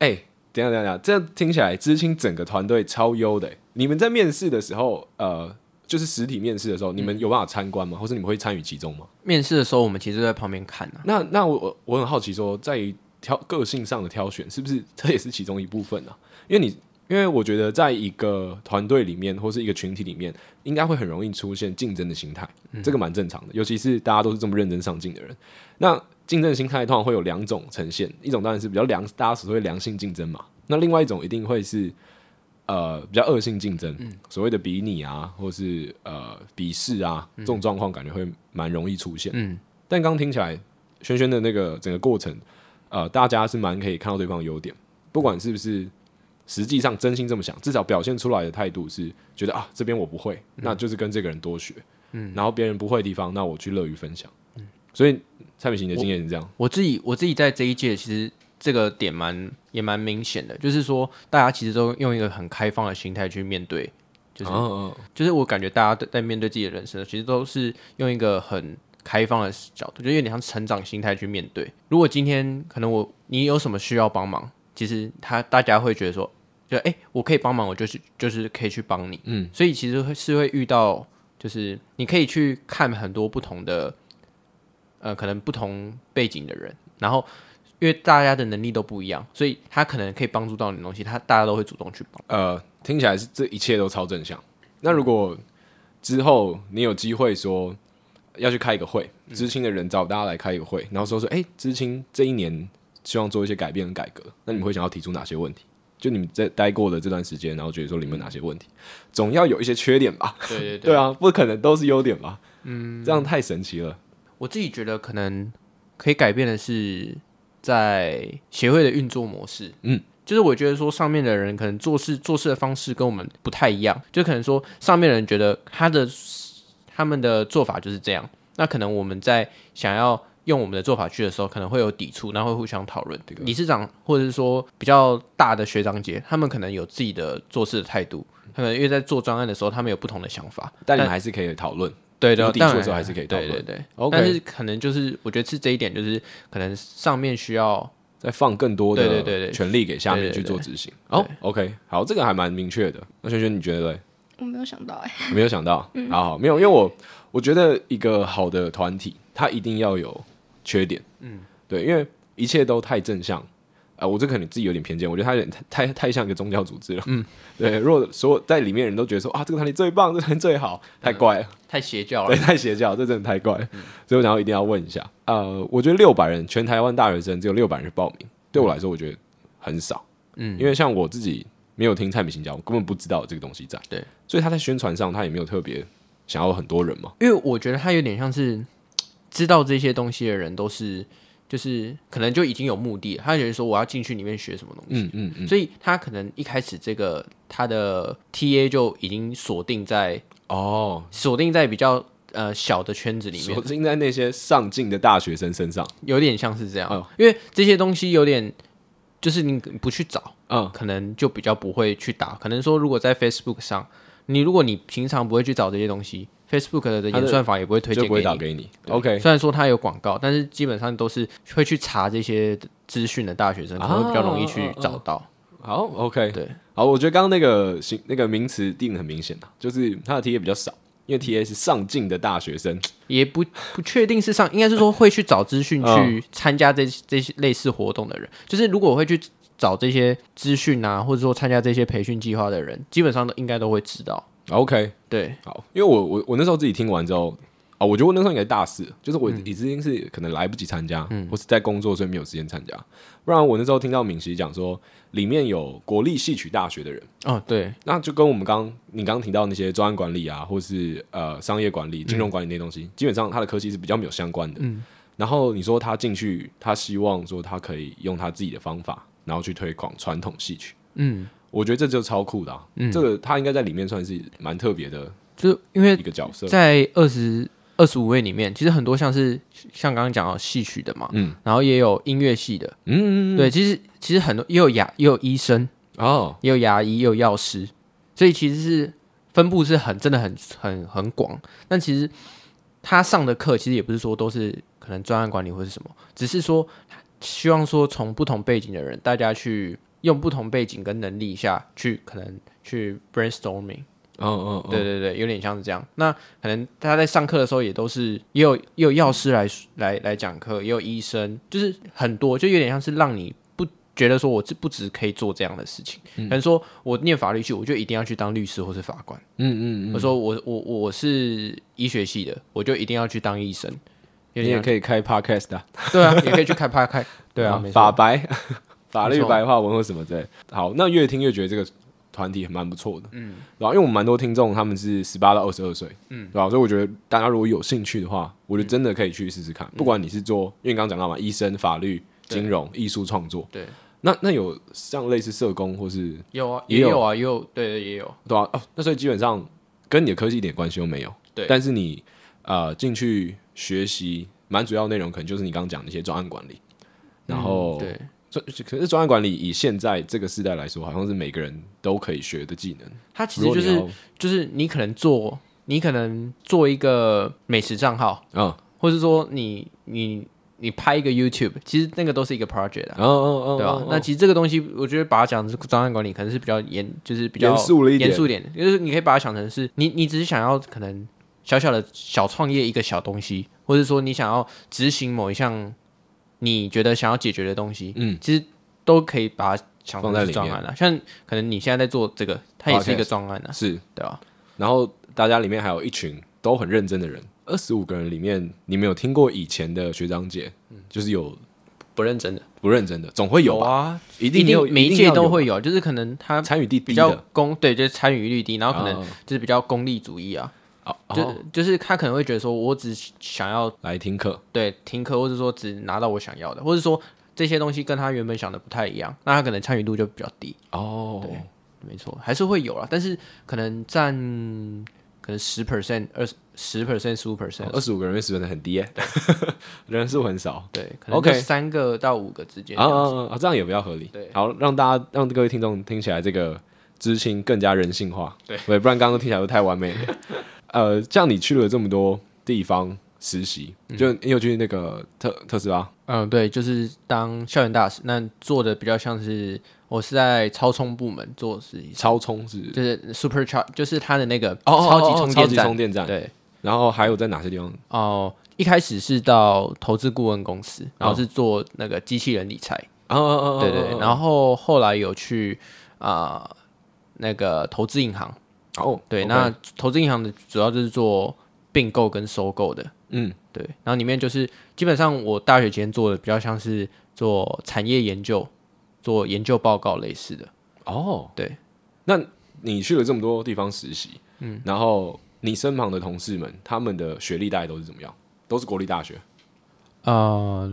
S1: 哎、等一下等一下，这样听起来知青整个团队超优的欸、你们在面试的时候，呃，就是实体面试的时候，你们有办法参观吗？或是你们会参与其中吗？
S2: 面试的时候，我们其实都在旁边看啊，
S1: 那那我我我很好奇说，在于挑个性上的挑选，是不是这也是其中一部分啊？因为你因为我觉得，在一个团队里面或是一个群体里面，应该会很容易出现竞争的心态，这个蛮正常的。尤其是大家都是这么认真上进的人，那竞争心态通常会有两种呈现，一种当然是比较良，大家所谓良性竞争嘛，那另外一种一定会是。呃，比较恶性竞争，所谓的比拟啊，或是呃鄙视啊，这种状况感觉会蛮容易出现。
S2: 嗯，
S1: 但刚听起来，轩轩的那个整个过程，呃，大家是蛮可以看到对方的优点，不管是不是实际上真心这么想，至少表现出来的态度是觉得啊，这边我不会，
S2: 嗯
S1: 那就是跟这个人多学，嗯，然后别人不会的地方，那我去乐于分享，嗯，所以蔡美琴你的经验是这样，
S2: 我自己我自己在这一届其实这个点蛮也蛮明显的，就是说大家其实都用一个很开放的心态去面对，就是、
S1: 哦
S2: 就是我感觉大家在在面对自己的人生的时候，其实都是用一个很开放的角度，就有点像成长心态去面对。如果今天可能我你有什么需要帮忙，其实他大家会觉得说，就哎、诶我可以帮忙，我就是就是可以去帮你。
S1: 嗯，
S2: 所以其实会是会遇到，就是你可以去看很多不同的，呃，可能不同背景的人，然后。因为大家的能力都不一样，所以他可能可以帮助到你的东西，他大家都会主动去 帮。
S1: 呃，听起来是这一切都超正向。那如果之后你有机会说要去开一个会，
S2: 嗯
S1: 知青的人找大家来开一个会，然后说说，哎、知青这一年希望做一些改变跟改革，那你们会想要提出哪些问题？就你们在待过的这段时间，然后觉得说你们有哪些问题，总要有一些缺点吧？
S2: 对对
S1: 对啊，不可能都是优点吧？嗯，这样太神奇了。
S2: 我自己觉得可能可以改变的是在协会的运作模式。
S1: 嗯，
S2: 就是我觉得说上面的人可能做事做事的方式跟我们不太一样，就可能说上面的人觉得他的他们的做法就是这样，那可能我们在想要。用我们的做法去的时候，可能会有抵触，然后会互相讨论。
S1: 啊
S2: 理事长或者是说比较大的学长姐，他们可能有自己的做事的态度，他们因为在做专案的时候，他们有不同的想法。
S1: 但你们还是可以讨论。
S2: 对对，
S1: 有抵触的
S2: 当然
S1: 时候还是可以讨
S2: 对
S1: 论
S2: 对对。
S1: OK
S2: 但是可能就是我觉得是这一点，就是可能上面需要
S1: 再放更多
S2: 对对对
S1: 的
S2: 对
S1: 权力给下
S2: 对
S1: 面
S2: 对
S1: 去
S2: 对
S1: 做执行。哦，OK，好，这个还蛮明确的。那轩轩，你觉得嘞？
S3: 我没有想到哎、
S1: 我没有想到，好好，没有，因为我我觉得一个好的团体，它一定要有缺点，嗯，对，因为一切都太正向，啊、我这可能自己有点偏见，我觉得它有点太太太像一个宗教组织了，嗯， 对，如果所有在里面的人都觉得说啊，这个团体最棒，这个团体最好，太怪了，
S2: 太邪教
S1: 对，
S2: 了。
S1: 太邪教，这真的太怪了，
S2: 嗯
S1: 所以我想要一定要问一下，呃，我觉得六百人，全台湾大学生只有六百人去报名，对我
S2: 嗯
S1: 来说，我觉得很少，嗯，因为像我自己没有听蔡明星讲，我根本不知道这个东西在，
S2: 对，
S1: 所以他在宣传上，他也没有特别想要有很多人嘛。
S2: 因为我觉得他有点像是知道这些东西的人都是就是可能就已经有目的了，他有人说我要进去里面学什么东西，
S1: 嗯嗯嗯，
S2: 所以他可能一开始这个他的 TA 就已经锁定在
S1: 哦，
S2: 锁定在比较呃小的圈子里面
S1: 锁，定在那些上进的大学生身上，
S2: 有点像是这样，
S1: 哦
S2: 因为这些东西有点就是你不去找，
S1: 嗯，
S2: 可能就比较不会去打。可能说，如果在 Facebook 上，你如果你平常不会去找这些东西，Facebook 的
S1: 它的
S2: 演算法也不会推
S1: 就
S2: 荐
S1: 不会
S2: 给
S1: 打
S2: 你。
S1: 给你。OK，
S2: 虽然说它有广告，但是基本上都是会去查这些资讯的大学
S1: 啊
S2: 生，可能会比较容易去找到。
S1: 好，OK，
S2: 对，
S1: 好，我觉得刚刚那个形那个名词定的很明显啊，就是他的 TA 比较少，因为 TA 是上进的大学生，
S2: 也不不确定是上，应该是说会去找资讯
S1: 嗯
S2: 去参加这这些类似活动的人，就是如果会去找这些资讯啊，或者说参加这些培训计划的人，基本上都应该都会知道。
S1: OK，
S2: 对，
S1: 好，因为我我我那时候自己听完之后啊，我觉得我那时候应该大四，就是我已经是可能来不及参加，或是在工作所以没有时间参加。不然我那时候听到敏熙讲说，里面有国立戏曲大学的人，
S2: 哦，对，
S1: 那就跟我们刚你刚提到那些专案管理啊，或是呃商业管理、金融管理那些东西，基本上它的科技是比较没有相关的。然后你说他进去，他希望说他可以用他自己的方法，然后去推广传统戏曲。
S2: 嗯，
S1: 我觉得这就超酷的、啊，这个他应该在里面算是蛮特别的
S2: 就是因为
S1: 一个角色。
S2: 在二十二十五位里面，其实很多像是像刚刚讲到戏曲的嘛，
S1: 嗯，
S2: 然后也有音乐系的，
S1: 嗯，
S2: 对，其实其实很多也有牙也有医生，
S1: 哦，
S2: 也有牙医，也有药师，所以其实是分布是很真的很很很广。但其实他上的课其实也不是说都是可能专案管理或是什么，只是说希望说从不同背景的人，大家去用不同背景跟能力下去可能去 brainstorming。
S1: 哦哦，
S2: 对对对，有点像是这样。那可能他在上课的时候也都是也有也有药师来来来讲课，也有医生，就是很多，就有点像是让你不觉得说我这不只可以做这样的事情，
S1: 嗯
S2: 可能说我念法律系，我就一定要去当律师或是法官。
S1: 嗯嗯嗯，
S2: 我说我我我是医学系的，我就一定要去当医生。有
S1: 你
S2: 点
S1: 也
S2: 像
S1: 可以开 podcast 的、啊，
S2: 对啊， 也可以去开趴开。对啊，没
S1: 嗯
S2: 错
S1: 法白、 法律
S2: 没错
S1: 白话文或什么之类。好，那越听越觉得这个团体蛮不错的，嗯，然后因为我们蛮多听众他们是十八到二十二岁，嗯，对吧？所以我觉得大家如果有兴趣的话，我
S2: 嗯
S1: 觉得真的可以去试试看，不管你是做，因为你刚刚讲到嘛，医生、法律、金融、艺术创作，
S2: 对，
S1: 那那有像类似社工或是
S2: 有啊，
S1: 也
S2: 也
S1: 有
S2: 有啊，也有对对也有。
S1: 对啊，哦，那所以基本上跟你的科技一点关系都没有。
S2: 对
S1: 但是你呃进去学习，蛮主要内容可能就是你刚刚讲的那些专案管理，然后、
S2: 嗯对，
S1: 专可是专案管理以现在这个时代来说，好像是每个人都可以学的技能。
S2: 他其
S1: 如果
S2: 实就
S1: 你
S2: 是
S1: 要
S2: 就是你可能做你可能做一个美食账号。
S1: 嗯，
S2: 或是说你你你拍一个 YouTube，其实那个都是一个 project 啊，
S1: 哦哦哦，
S2: 对吧、
S1: 哦
S2: 那
S1: 哦
S2: 其实这个东西，我觉得把它讲成专案管理，可能是比较严，就是比较
S1: 严肃了一点
S2: 严肃一点，就是你可以把它想成是你你只是想要可能小小的小创业一个小东西，或者说你想要执行某一项你觉得想要解决的东西，
S1: 嗯，
S2: 其实都可以把它想
S1: 放在
S2: 成是
S1: 里面
S2: 专案啊。像可能你现在在做这个，它也是一个
S1: Podcast
S2: 专案啊，
S1: 是，
S2: 对吧、
S1: 然后大家里面还有一群都很认真的人，二十五个人里面，你们有听过以前的学长姐，就是有
S2: 不认真的
S1: 不认真的，总会有吧？
S2: 嗯啊，
S1: 一
S2: 一
S1: 定有，
S2: 每一
S1: 定
S2: 届
S1: 要
S2: 都
S1: 有
S2: 会有，就是可能他
S1: 参与地
S2: 比
S1: 低
S2: 较
S1: 的，
S2: 功对，就是参与率低，然后可能
S1: 哦
S2: 就是比较功利主义啊，
S1: 哦
S2: 就
S1: 哦，
S2: 就是他可能会觉得说，我只想要
S1: 来听课。
S2: 对听课，或者说只拿到我想要的，或者说这些东西跟他原本想的不太一样，那他可能参与度就比较低。
S1: 哦，
S2: 没错，还是会有啦，但是可能占可能十 percent、二十 percent、十五 percent，
S1: 二十五个人面十分的很低耶， 人数很少。
S2: 对，可能
S1: OK
S2: 就三个到五个之间这
S1: 啊
S2: 样子。
S1: 啊啊！这样也比较合理。
S2: 对
S1: 好，让大家让各位听众听起来这个知青更加人性化。
S2: 对，
S1: 不然刚刚听起来都太完 美了。呃，像你去了这么多地方实习，就你有去那个特特斯拉
S2: 嗯，对，就是当校园大使，那做的比较像是我是在超充部门做实习生。
S1: 超充是
S2: 就是 Super Charge，就是它的那个
S1: 哦哦
S2: 超
S1: 哦
S2: 级
S1: 哦
S2: 充
S1: 超
S2: 电
S1: 级
S2: 站。
S1: 充电站，
S2: 对，
S1: 然后还有在哪些地方？
S2: 哦、一开始是到投资顾问公司，
S1: 嗯
S2: 然后是做那个机器人理财，
S1: 哦哦哦，
S2: 对对对。然后后来有去啊、呃那个投资银行，
S1: 哦，
S2: 对
S1: OK
S2: 那投资银行的主要就是做并购跟收购的，
S1: 嗯
S2: 对。然后里面就是基本上我大学期间做的比较像是做产业研究、做研究报告类似的，
S1: 哦，
S2: 对。
S1: 那你去了这么多地方实习，嗯，然后你身旁的同事们，他们的学历大概都是怎么样？都是国立大学
S2: 呃，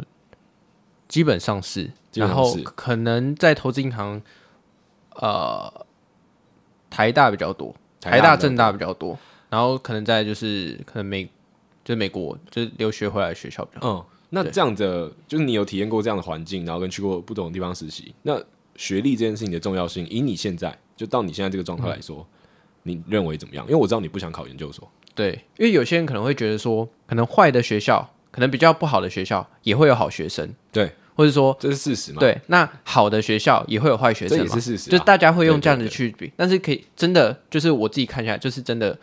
S2: 基本上是，
S1: 基本
S2: 然
S1: 上
S2: 后
S1: 是
S2: 可能在投资银行，呃，台大比较多，台大、政大比较多，然后可能在就是可能美就是美国就是留学回来的学校比较多
S1: 嗯，那这样的就是你有体验过这样的环境，然后跟去过不同的地方实习，那学历这件事情的重要性，以你现在就到你现在这个状态来说，
S2: 嗯
S1: 你认为怎么样？因为我知道你不想考研究所，
S2: 对，因为有些人可能会觉得说，可能坏的学校，可能比较不好的学校也会有好学生，
S1: 对，
S2: 或者说
S1: 这是事实嘛？，
S2: 对，那好的学校也会有坏学
S1: 这
S2: 生
S1: 也
S2: 嘛
S1: 是，事实
S2: 就
S1: 啊。
S2: 大家会用
S1: 对对
S2: 这样子去比，但是可以真的就是我自己看下来，就是真的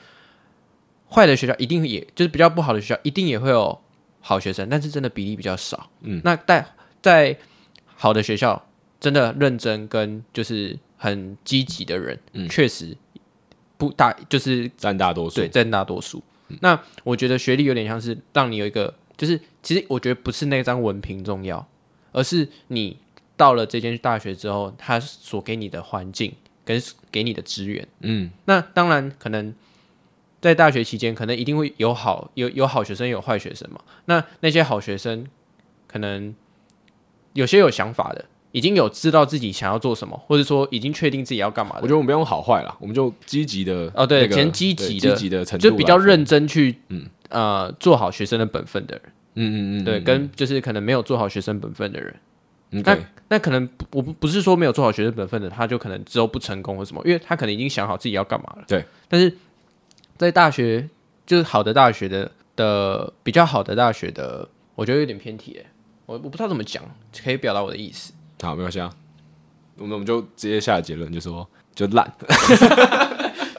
S2: 坏的学校一定也就是比较不好的学校一定也会有好学生，但是真的比例比较少。
S1: 嗯，
S2: 那在在好的学校，真的认真跟就是很积极的人，
S1: 嗯
S2: 确实不大就是
S1: 占大多数
S2: 对，，占大多数。那我觉得学历有点像是让你有一个，就是其实我觉得不是那张文凭重要，而是你到了这间大学之后，它所给你的环境跟给你的资源。
S1: 嗯，
S2: 那当然可能在大学期间，可能一定会有好有有好学生，有坏学生嘛。那那些好学生，可能有些有想法的，已经有知道自己想要做什么，或者说已经确定自己要干嘛
S1: 我觉，
S2: 的
S1: 得我们不用好坏啦，我们就积极的
S2: 哦对
S1: 那个
S2: 先积极
S1: 对
S2: 的
S1: 积极的程度
S2: 就比较
S1: 来嗯
S2: 认真去，呃，做好学生的本分的人，
S1: 嗯嗯嗯，
S2: 对，
S1: 嗯
S2: 跟就是可能没有做好学生本分的人，
S1: 嗯
S2: 那
S1: 对
S2: 那可能不我不不是说没有做好学生本分的，他就可能之后不成功或什么，因为他可能已经想好自己要干嘛了。
S1: 对，
S2: 但是在大学就是好的大学的的比较好的大学的，我觉得有点偏题耶，我我不知道怎么讲，可以表达我的意思。
S1: 好，没关系啊，我们我们就直接下结论，就说就烂，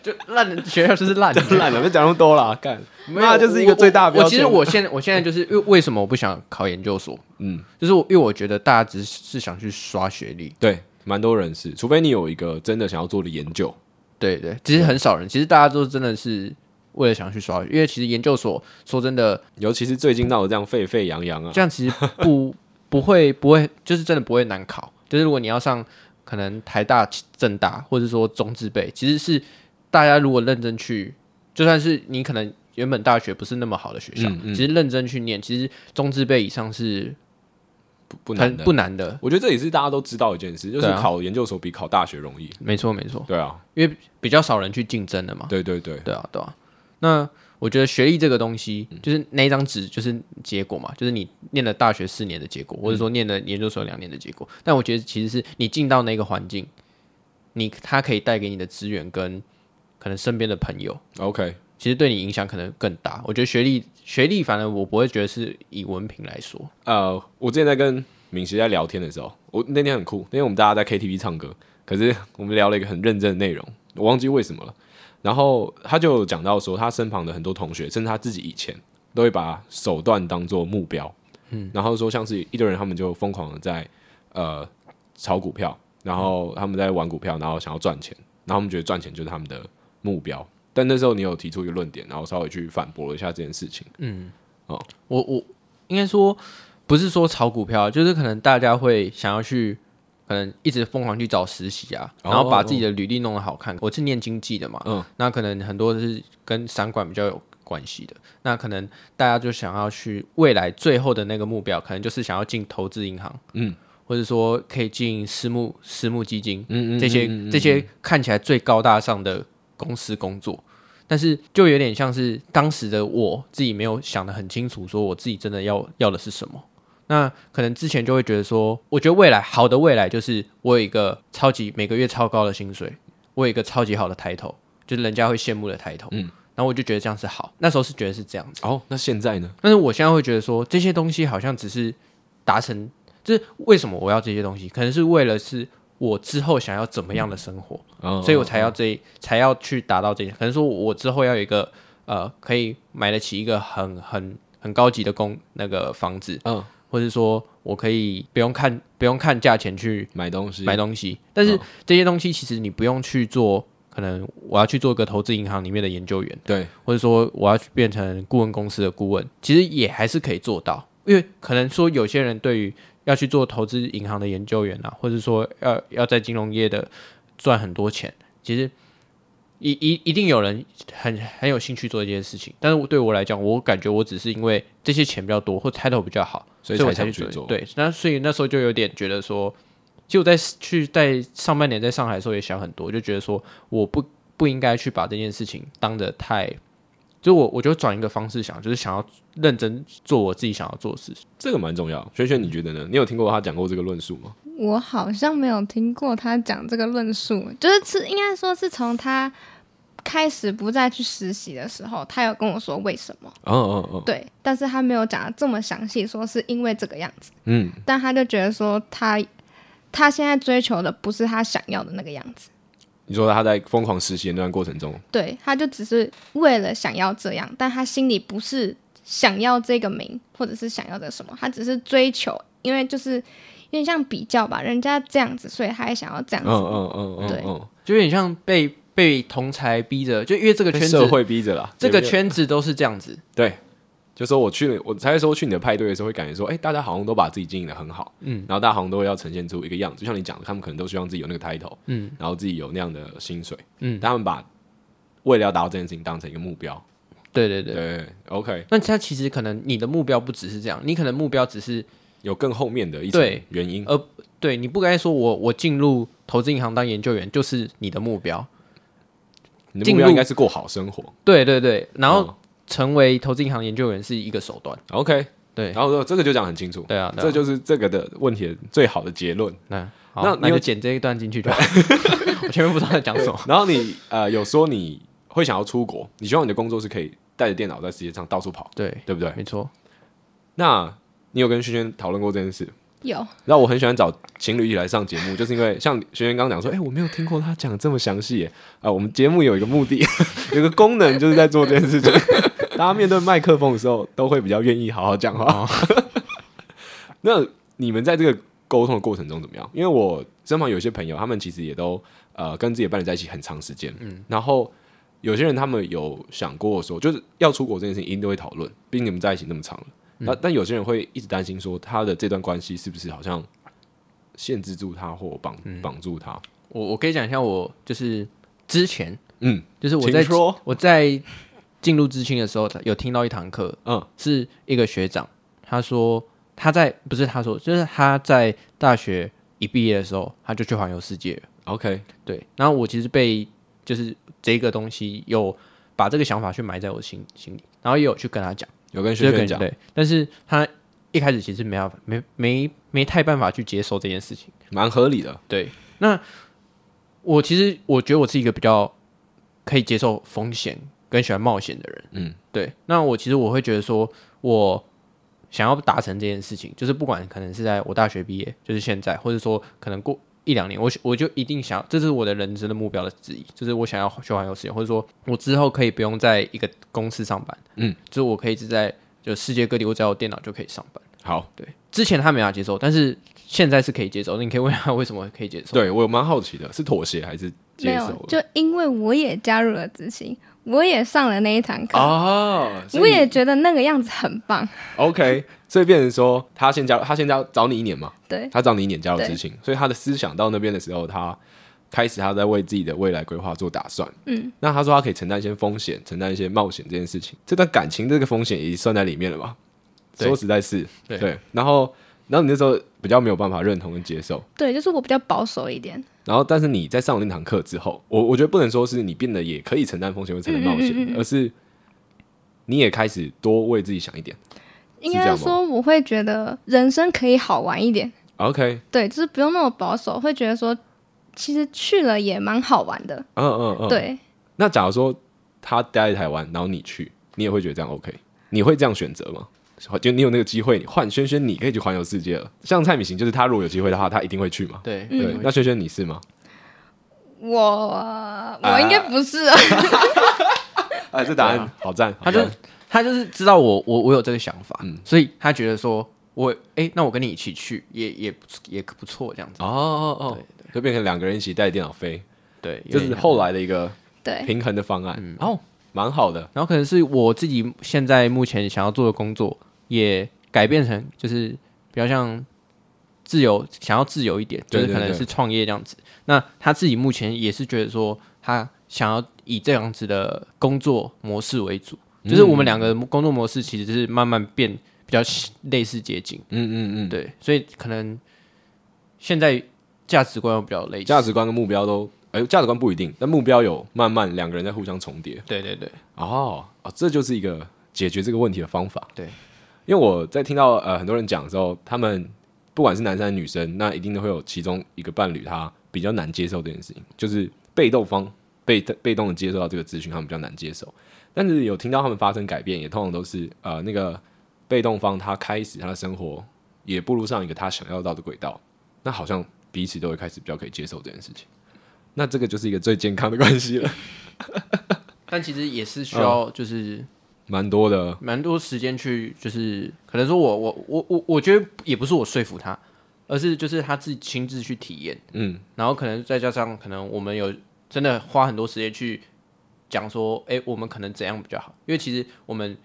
S2: 就烂的学校就是烂的，
S1: 就烂了，别讲那么多啦， 干，
S2: 没有
S1: 那就是一个最大的
S2: 我我
S1: 标
S2: 我其实
S1: 签
S2: 我现在我现在就是 因为为什么我不想考研究所？嗯，就是我因为我觉得大家只是想去刷学历，
S1: 对，蛮多人是，除非你有一个真的想要做的研究，
S2: 对对，其实很少人，其实大家都真的是为了想去刷，因为其实研究所说真的，
S1: 尤其是最近闹得这样沸沸扬扬啊，
S2: 这样其实不 不会不会，就是真的不会难考。就是如果你要上可能台大、政大，或者说中字辈，其实是大家如果认真去，就算是你可能原本大学不是那么好的学校，
S1: 嗯嗯
S2: 其实认真去念，其实中字辈以上是
S1: 不不难
S2: 很
S1: 的。
S2: 不难的。
S1: 我觉得这也是大家都知道一件事，就是
S2: 对啊哦
S1: 考研究所比考大学容易。
S2: 没错，没错，
S1: 对啊，
S2: 因为比较少人去竞争的嘛。
S1: 对对对，
S2: 对啊，对啊。那我觉得学历这个东西，就是那一张纸，就是结果嘛，就是你念了大学四年的结果，或者说念了研究所两年的结果。但我觉得其实是你进到那个环境，你它可以带给你的资源跟可能身边的朋友，
S1: OK，
S2: 其实对你影响可能更大。我觉得学历，学历反而我不会觉得是以文凭来说，
S1: 呃，我之前在跟敏熙在聊天的时候，我那天很酷，那天我们大家在 KTV 唱歌，可是我们聊了一个很认真的内容，我忘记为什么了。然后他就有讲到说，他身旁的很多同学，甚至他自己以前，都会把手段当做目标，嗯，然后说像是一堆人，他们就疯狂的在呃炒股票，然后他们在玩股票，然后想要赚钱，然后他们觉得赚钱就是他们的目标。但那时候你有提出一个论点，然后稍微去反驳了一下这件事情。
S2: 我我应该说不是说炒股票，啊就是可能大家会想要去，可能一直疯狂去找实习啊，
S1: 哦
S2: 然后把自己的履历弄得好看。我是念经济的嘛，
S1: 嗯，
S2: 那可能很多是跟散管比较有关系的，那可能大家就想要去未来最后的那个目标，可能就是想要进投资银行，
S1: 嗯，
S2: 或者说可以进私募私募基金，
S1: 嗯
S2: 这些这些看起来最高大上的公司工作，但是就有点像是当时的我自己没有想得很清楚，说我自己真的要要的是什么。那可能之前就会觉得说，我觉得未来好的未来就是我有一个超级每个月超高的薪水，我有一个超级好的抬头，就是人家会羡慕的抬头。嗯，然后我就觉得这样是好，那时候是觉得是这样子，
S1: 哦，那现在呢？
S2: 但是我现在会觉得说这些东西好像只是达成，就是为什么我要这些东西，可能是为了是我之后想要怎么样的生活，
S1: 嗯
S2: 所以我才要这才要去达到这些。可能说我之后要有一个呃，可以买得起一个很很很高级的公那个房子，
S1: 嗯，
S2: 或者说我可以不用看不用看价钱去
S1: 买东西，
S2: 买东西。但是这些东西其实你不用去做，可能我要去做一个投资银行里面的研究员，
S1: 对，
S2: 或者说我要去变成顾问公司的顾问，其实也还是可以做到。因为可能说有些人对于要去做投资银行的研究员啊，或者说要要在金融业的赚很多钱，其实一一一定有人很很有兴趣做这件事情，但是我对我来讲，我感觉我只是因为这些钱比较多或 title 比较好，
S1: 所以
S2: 我
S1: 才
S2: 才
S1: 想
S2: 去
S1: 去做
S2: 对，那所以那时候就有点觉得说，其实我在去在上半年在上海的时候也想很多，就觉得说我不不应该去把这件事情当得太，就我我就转一个方式想，就是想要认真做我自己想要做的事情。
S1: 这个蛮重要。轩轩，你觉得呢？你有听过他讲过这个论述吗？
S3: 我好像没有听过他讲这个论述，就是是应该说是从他开始不再去实习的时候，他有跟我说为什么，
S1: 哦哦哦，
S3: 对，但是他没有讲的这么详细，说是因为这个样子，
S1: 嗯，
S3: 但他就觉得说他他现在追求的不是他想要的那个样子，
S1: 你说他在疯狂实习的那段过程中，
S3: 对，他就只是为了想要这样，但他心里不是想要这个名，或者是想要这个什么，他只是追求，因为就是有点像比较吧，人家这样子，所以他也想要这样
S1: 嗯
S3: 子，
S1: 嗯嗯嗯
S3: 对
S1: 嗯
S2: 就有点像被被同才逼着，就因为这
S1: 嗯，
S2: 个圈
S1: 被社
S2: 子，
S1: 会逼着啦，
S2: 这个
S1: 也没有
S2: 圈子都是这样子，
S1: 对，就说我去了，我才说去你的派对的时候，会感觉说，哎、大家好像都把自己经营的很好，嗯，然后大家好像都要呈现出一个样子，就像你讲的，他们可能都希望自己有那个 title，
S2: 嗯，
S1: 然后自己有那样的薪水，
S2: 嗯
S1: 但他们把为了要达到这件事情当成一个目标，
S2: 对对对。
S1: 对，OK，
S2: 那他其实可能你的目标不只是这样，你可能目标只是
S1: 有更后面的一层
S2: 对呃
S1: 原因，
S2: 对你不该说我我进入投资银行当研究员就是你的目标，
S1: 你的
S2: 进
S1: 目
S2: 入
S1: 标应该是过好生活
S2: 对对对，然后
S1: 嗯
S2: 成为投资银行研究员是一个手段，
S1: ，OK，
S2: 对
S1: 然后这个就讲得很清楚，
S2: 对啊，对啊
S1: 这就是这个的问题的最好的结论。
S2: 那好
S1: 那你
S2: 那就
S1: 有
S2: 剪这一段进去就好， 我前面不知道在讲什 么，
S1: 然后你呃有说你会想要出国，你希望你的工作是可以带着电脑在世界上到处跑，
S2: 对，
S1: 对不对？
S2: 没错，
S1: 那你有跟轩轩讨论过这件事？
S3: 有。
S1: 那我很喜欢找情侣一起来上节目，就是因为像轩轩刚讲说，哎、我没有听过他讲得这么详细耶啊、我们节目有一个目的， 有一个功能，就是在做这件事情。大家面对麦克风的时候，都会比较愿意好好讲话。 那你们在这个沟通的过程中怎么样？因为我身旁有一些朋友，他们其实也都呃跟自己的伴侣在一起很长时间，嗯，然后有些人他们有想过说，就是要出国这件事情，一定会讨论，毕竟你们在一起那么长了。
S2: 嗯
S1: 那、但有些人会一直担心说，他的这段关系是不是好像限制住他或绑
S2: 嗯
S1: 绑住他？
S2: 我我可以讲一下我就是之前
S1: 嗯
S2: 就是我
S1: 请
S2: 在
S1: 说
S2: 我在进入知青的时候有听到一堂课，
S1: 嗯
S2: 是一个学长，他说他在不是他说，就是他在大学一毕业的时候，他就去环游世界了。
S1: ，OK，
S2: 对，然后我其实被就是这个东西有把这个想法去埋在我心心里，然后也有去跟他讲，
S1: 有跟
S2: 就是
S1: 轩
S2: 跟
S1: 轩讲，
S2: 对，但是他一开始其实没办法，没没没太办法去接受这件事情。
S1: 蛮合理的。
S2: 对，那我其实我觉得我是一个比较可以接受风险跟喜欢冒险的人。
S1: 嗯，
S2: 对。那我其实我会觉得说，我想要达成这件事情，就是不管可能是在我大学毕业，就是现在，或者说可能过一两年，我我就一定想，这是我的人生的目标的之一，就是我想要去环游世界，或者说我之后可以不用在一个公司上班，
S1: 嗯，
S2: 就是我可以是在就世界各地，我只要有电脑就可以上班。
S1: 好，
S2: 对，之前他没法接受，但是现在是可以接受。那你可以问他为什么可以接受？
S1: 对我蛮好奇的，是妥协还是
S3: 没
S1: 接受
S3: 有
S1: 了，？
S3: 就因为我也加入了执行，我也上了那一堂课，
S1: 哦，所以
S3: 我也觉得那个样子很棒。
S1: OK，所以变成说他先加入，他先加入找你一年嘛，
S3: 对，
S1: 他找你一年加入
S3: 对
S1: 知青，所以他的思想到那边的时候，他开始他在为自己的未来规划做打算。
S3: 嗯，
S1: 那他说他可以承担一些风险，承担一些冒险这件事情，这段感情这个风险也算在里面了吧？
S2: 对
S1: 说实在是，
S2: 对
S1: 然后，然后你那时候比较没有办法认同跟接受，
S3: 对，就是我比较保守一点。
S1: 然后，但是你在上了那堂课之后，我我觉得不能说是你变得也可以承担风险，会承担冒
S3: 嗯
S1: 险，而是你也开始多为自己想一点。
S3: 应
S1: 这
S3: 该
S1: 样吗
S3: 说，我会觉得人生可以好玩一点，
S1: OK，
S3: 对，就是不用那么保守，会觉得说，其实去了也蛮好玩的。
S1: 嗯嗯嗯，。
S3: 对，
S1: 那假如说他待在台湾，然后你去，你也会觉得这样 OK？你会这样选择吗？就你有那个机会，换轩轩，你可以去环游世界了。像蔡米行，就是他如果有机会的话，他一定会去嘛。
S2: 对
S3: 嗯
S1: 对，那轩轩你是吗？
S3: 我我应该不是啊，
S1: 哎，这答案
S2: 对啊
S1: 好赞！
S2: 他就
S1: 好赞
S2: 他就是知道我我我有这个想法，所以他觉得说我哎、那我跟你一起去也也不也不错这样子。
S1: 哦哦哦，就变成两个人一起带电脑飞，
S2: 对，
S1: 这
S2: 就是
S1: 后来的一哎个
S3: 对，
S1: 平衡的方案，
S2: 哦，
S1: 蛮好的。
S2: 然后可能是我自己现在目前想要做的工作也改变成就是比较像自由，想要自由一点，就
S1: 对
S2: 是可
S1: 对
S2: 能
S1: 对
S2: 是创业这样子。那他自己目前也是觉得说，他想要以这样子的工作模式为主，就是
S1: 嗯
S2: 我们两个工作模式其实是慢慢变比较类似接近，
S1: 嗯嗯
S2: 对，所以可能现在价值观又比较类
S1: 嗯，
S2: 似，
S1: 价值观跟目标都，哎、价值观不一定，但目标有慢慢两个人在互相重叠。
S2: 对对对，
S1: 哦，哦，这就是一个解决这个问题的方法。
S2: 对，
S1: 因为我在听到呃很多人讲的时候，他们不管是男生还是女生，那一定都会有其中一个伴侣他比较难接受这件事情，就是被动方被被动的接受到这个资讯，他们比较难接受。但是有听到他们发生改变，也通常都是呃那个被动方他开始他的生活也步入上一个他想要到的轨道，那好像彼此都会开始比较可以接受这件事情。那这个就是一个最健康的关系了，
S2: 但其实也是需要就是
S1: 蛮多的，哦
S2: 蛮多时间去，就是可能说我我我我我觉得也不是我说服他，而是就是他自己亲自去体验，
S1: 嗯，
S2: 然后可能再加上可能我们有真的花很多时间去讲说，哎、我们可能怎样比较好，因为其实我们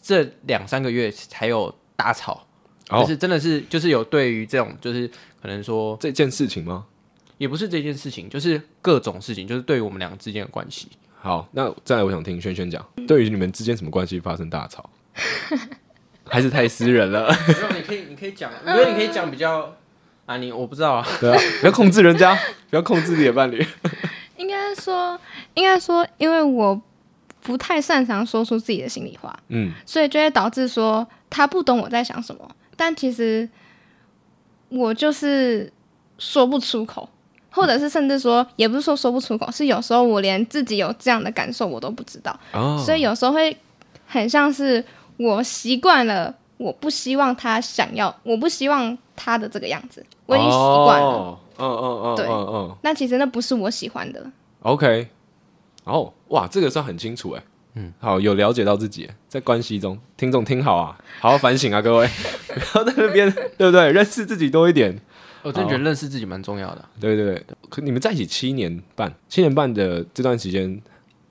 S2: 这两三个月才有大吵，
S1: 哦
S2: 就是真的是就是有对于这种就是可能说
S1: 这件事情吗？
S2: 也不是这件事情，就是各种事情，就是对于我们两个之间的关系，
S1: 好，那再来，我想听轩轩讲，对于你们之间什么关系发生大 吵，还是太私人了，
S2: 你可以你可以讲，我觉得你可以讲比较啊，你我不知道啊。
S1: 对啊，不要控制人家，不要控制自己的伴侣。
S3: 应该说，应该说，因为我不太擅长说出自己的心里话，
S1: 嗯，
S3: 所以就会导致说他不懂我在想什么，但其实我就是说不出口，或者是甚至说也不是说说不出口，是有时候我连自己有这样的感受我都不知道，
S1: 哦
S3: 所以有时候会很像是我习惯了，我不希望他想要，我不希望他的这个样子，我已经习惯了。
S1: 哦，嗯嗯嗯，
S3: 对
S1: 嗯嗯
S3: 那其实那不是我喜欢的，
S1: ，OK，哦，哇，这个算很清楚哎，嗯，好，有了解到自己欸在关系中，听众听好啊，好好反省啊，各位， 不要在那边，对不对？认识自己多一点，
S2: 我真的哦觉得认识自己蛮重要的。啊
S1: 对对对，可你们在一起七年半，七年半的这段时间，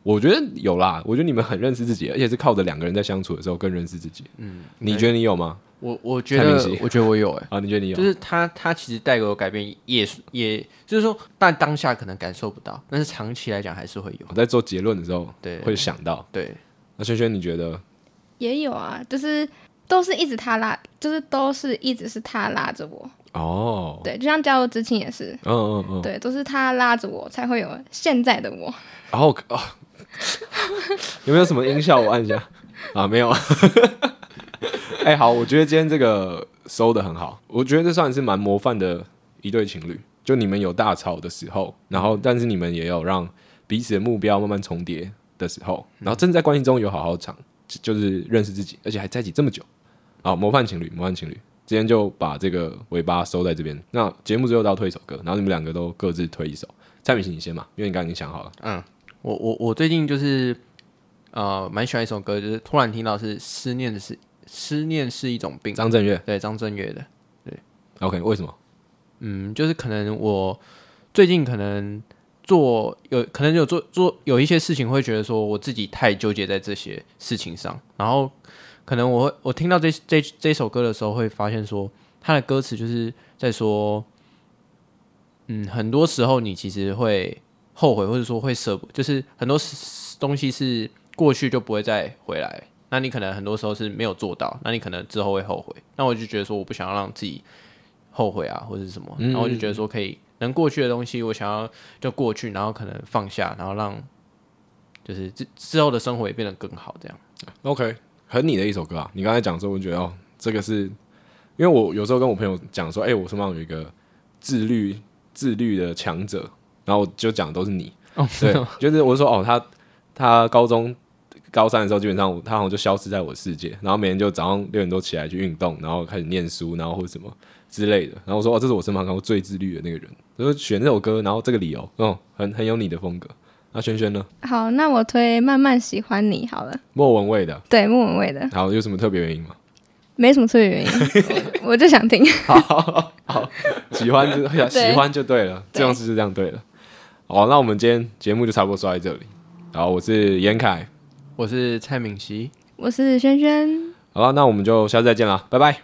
S1: 我觉得有啦。我觉得你们很认识自己，而且是靠着两个人在相处的时候更认识自己。嗯，你觉得你有吗？
S2: 我我觉
S1: 蔡
S2: 得
S1: 明熙，
S2: 我觉得我有哎、
S1: 啊，你觉得你有？
S2: 就是他他其实带给我改变也，是也就是说，但当下可能感受不到，但是长期来讲还是会有。
S1: 我在做结论的时候，
S2: 对
S1: 会想到。
S2: 对，
S1: 那轩轩，你觉得？
S3: 也有啊，就是都是一直他拉，就是都是一直是他拉着我，
S1: 哦，
S3: 对，就像加入知青也是，
S1: 嗯嗯嗯，
S3: 对，都是他拉着我才会有现在的我。
S1: 然后哦， 有没有什么音效？我按一下啊，没有。 哎、好，我觉得今天这个收的很好，我觉得这算是蛮模范的一对情侣。就你们有大吵的时候，然后但是你们也有让彼此的目标慢慢重叠的时候，然后真的在关系中有好好长，就就是认识自己，而且还在一起这么久。好，模范情侣，模范情侣，今天就把这个尾巴收在这边。那节目最后都要推一首歌，然后你们两个都各自推一首。蔡明星，你先嘛，因为你刚刚已经想好了。
S2: 嗯我我我最近就是呃蛮喜欢一首歌，就是突然听到是思念的是思念是一种病，
S1: 张震岳
S2: 对张震岳的，
S1: ，OK，为什么？
S2: 嗯，就是可能我最近可能做有可能有做做有一些事情，会觉得说我自己太纠结在这些事情上，然后可能我会我听到这这这首歌的时候，会发现说它的歌词就是在说，嗯，很多时候你其实会后悔，或者说会舍不，就是很多事东西是过去就不会再回来。那你可能很多时候是没有做到，那你可能之后会后悔。那我就觉得说，我不想要让自己后悔啊，或者是什么。然后我就觉得说，可以能过去的东西，我想要就过去，然后可能放下，然后让就是之之后的生活也变得更好，这样。
S1: OK，很你的一首歌啊。你刚才讲的时候，我就觉得哦，这个是因为我有时候跟我朋友讲说，哎、我身旁有一个自律自律的强者，然后我就讲的都是你。
S2: 哦，
S1: 对，就是我就说哦，他他高中高三的时候，基本上他好像就消失在我的世界，然后每天就早上六点多起来去运动，然后开始念书，然后或者什么之类的。然后我说哦，这是我身旁看过最自律的那个人，就是选这首歌，然后这个理由，嗯，很很有你的风格。那轩轩呢？
S3: 好，那我推《慢慢喜欢你》好了，
S1: 莫文蔚的，
S3: 对，莫文蔚的，
S1: 好，有什么特别原因吗？
S3: 没什么特别 原因，我我就想听。
S1: 好好，喜欢就 哎
S3: 对
S1: 喜欢就对了，这样是就这样对了。好，那我们今天节目就差不多说到这里。好，我是严凯。
S2: 我是蔡敏熙。
S3: 我是轩轩。
S1: 好了，那我们就下次再见啦，拜拜。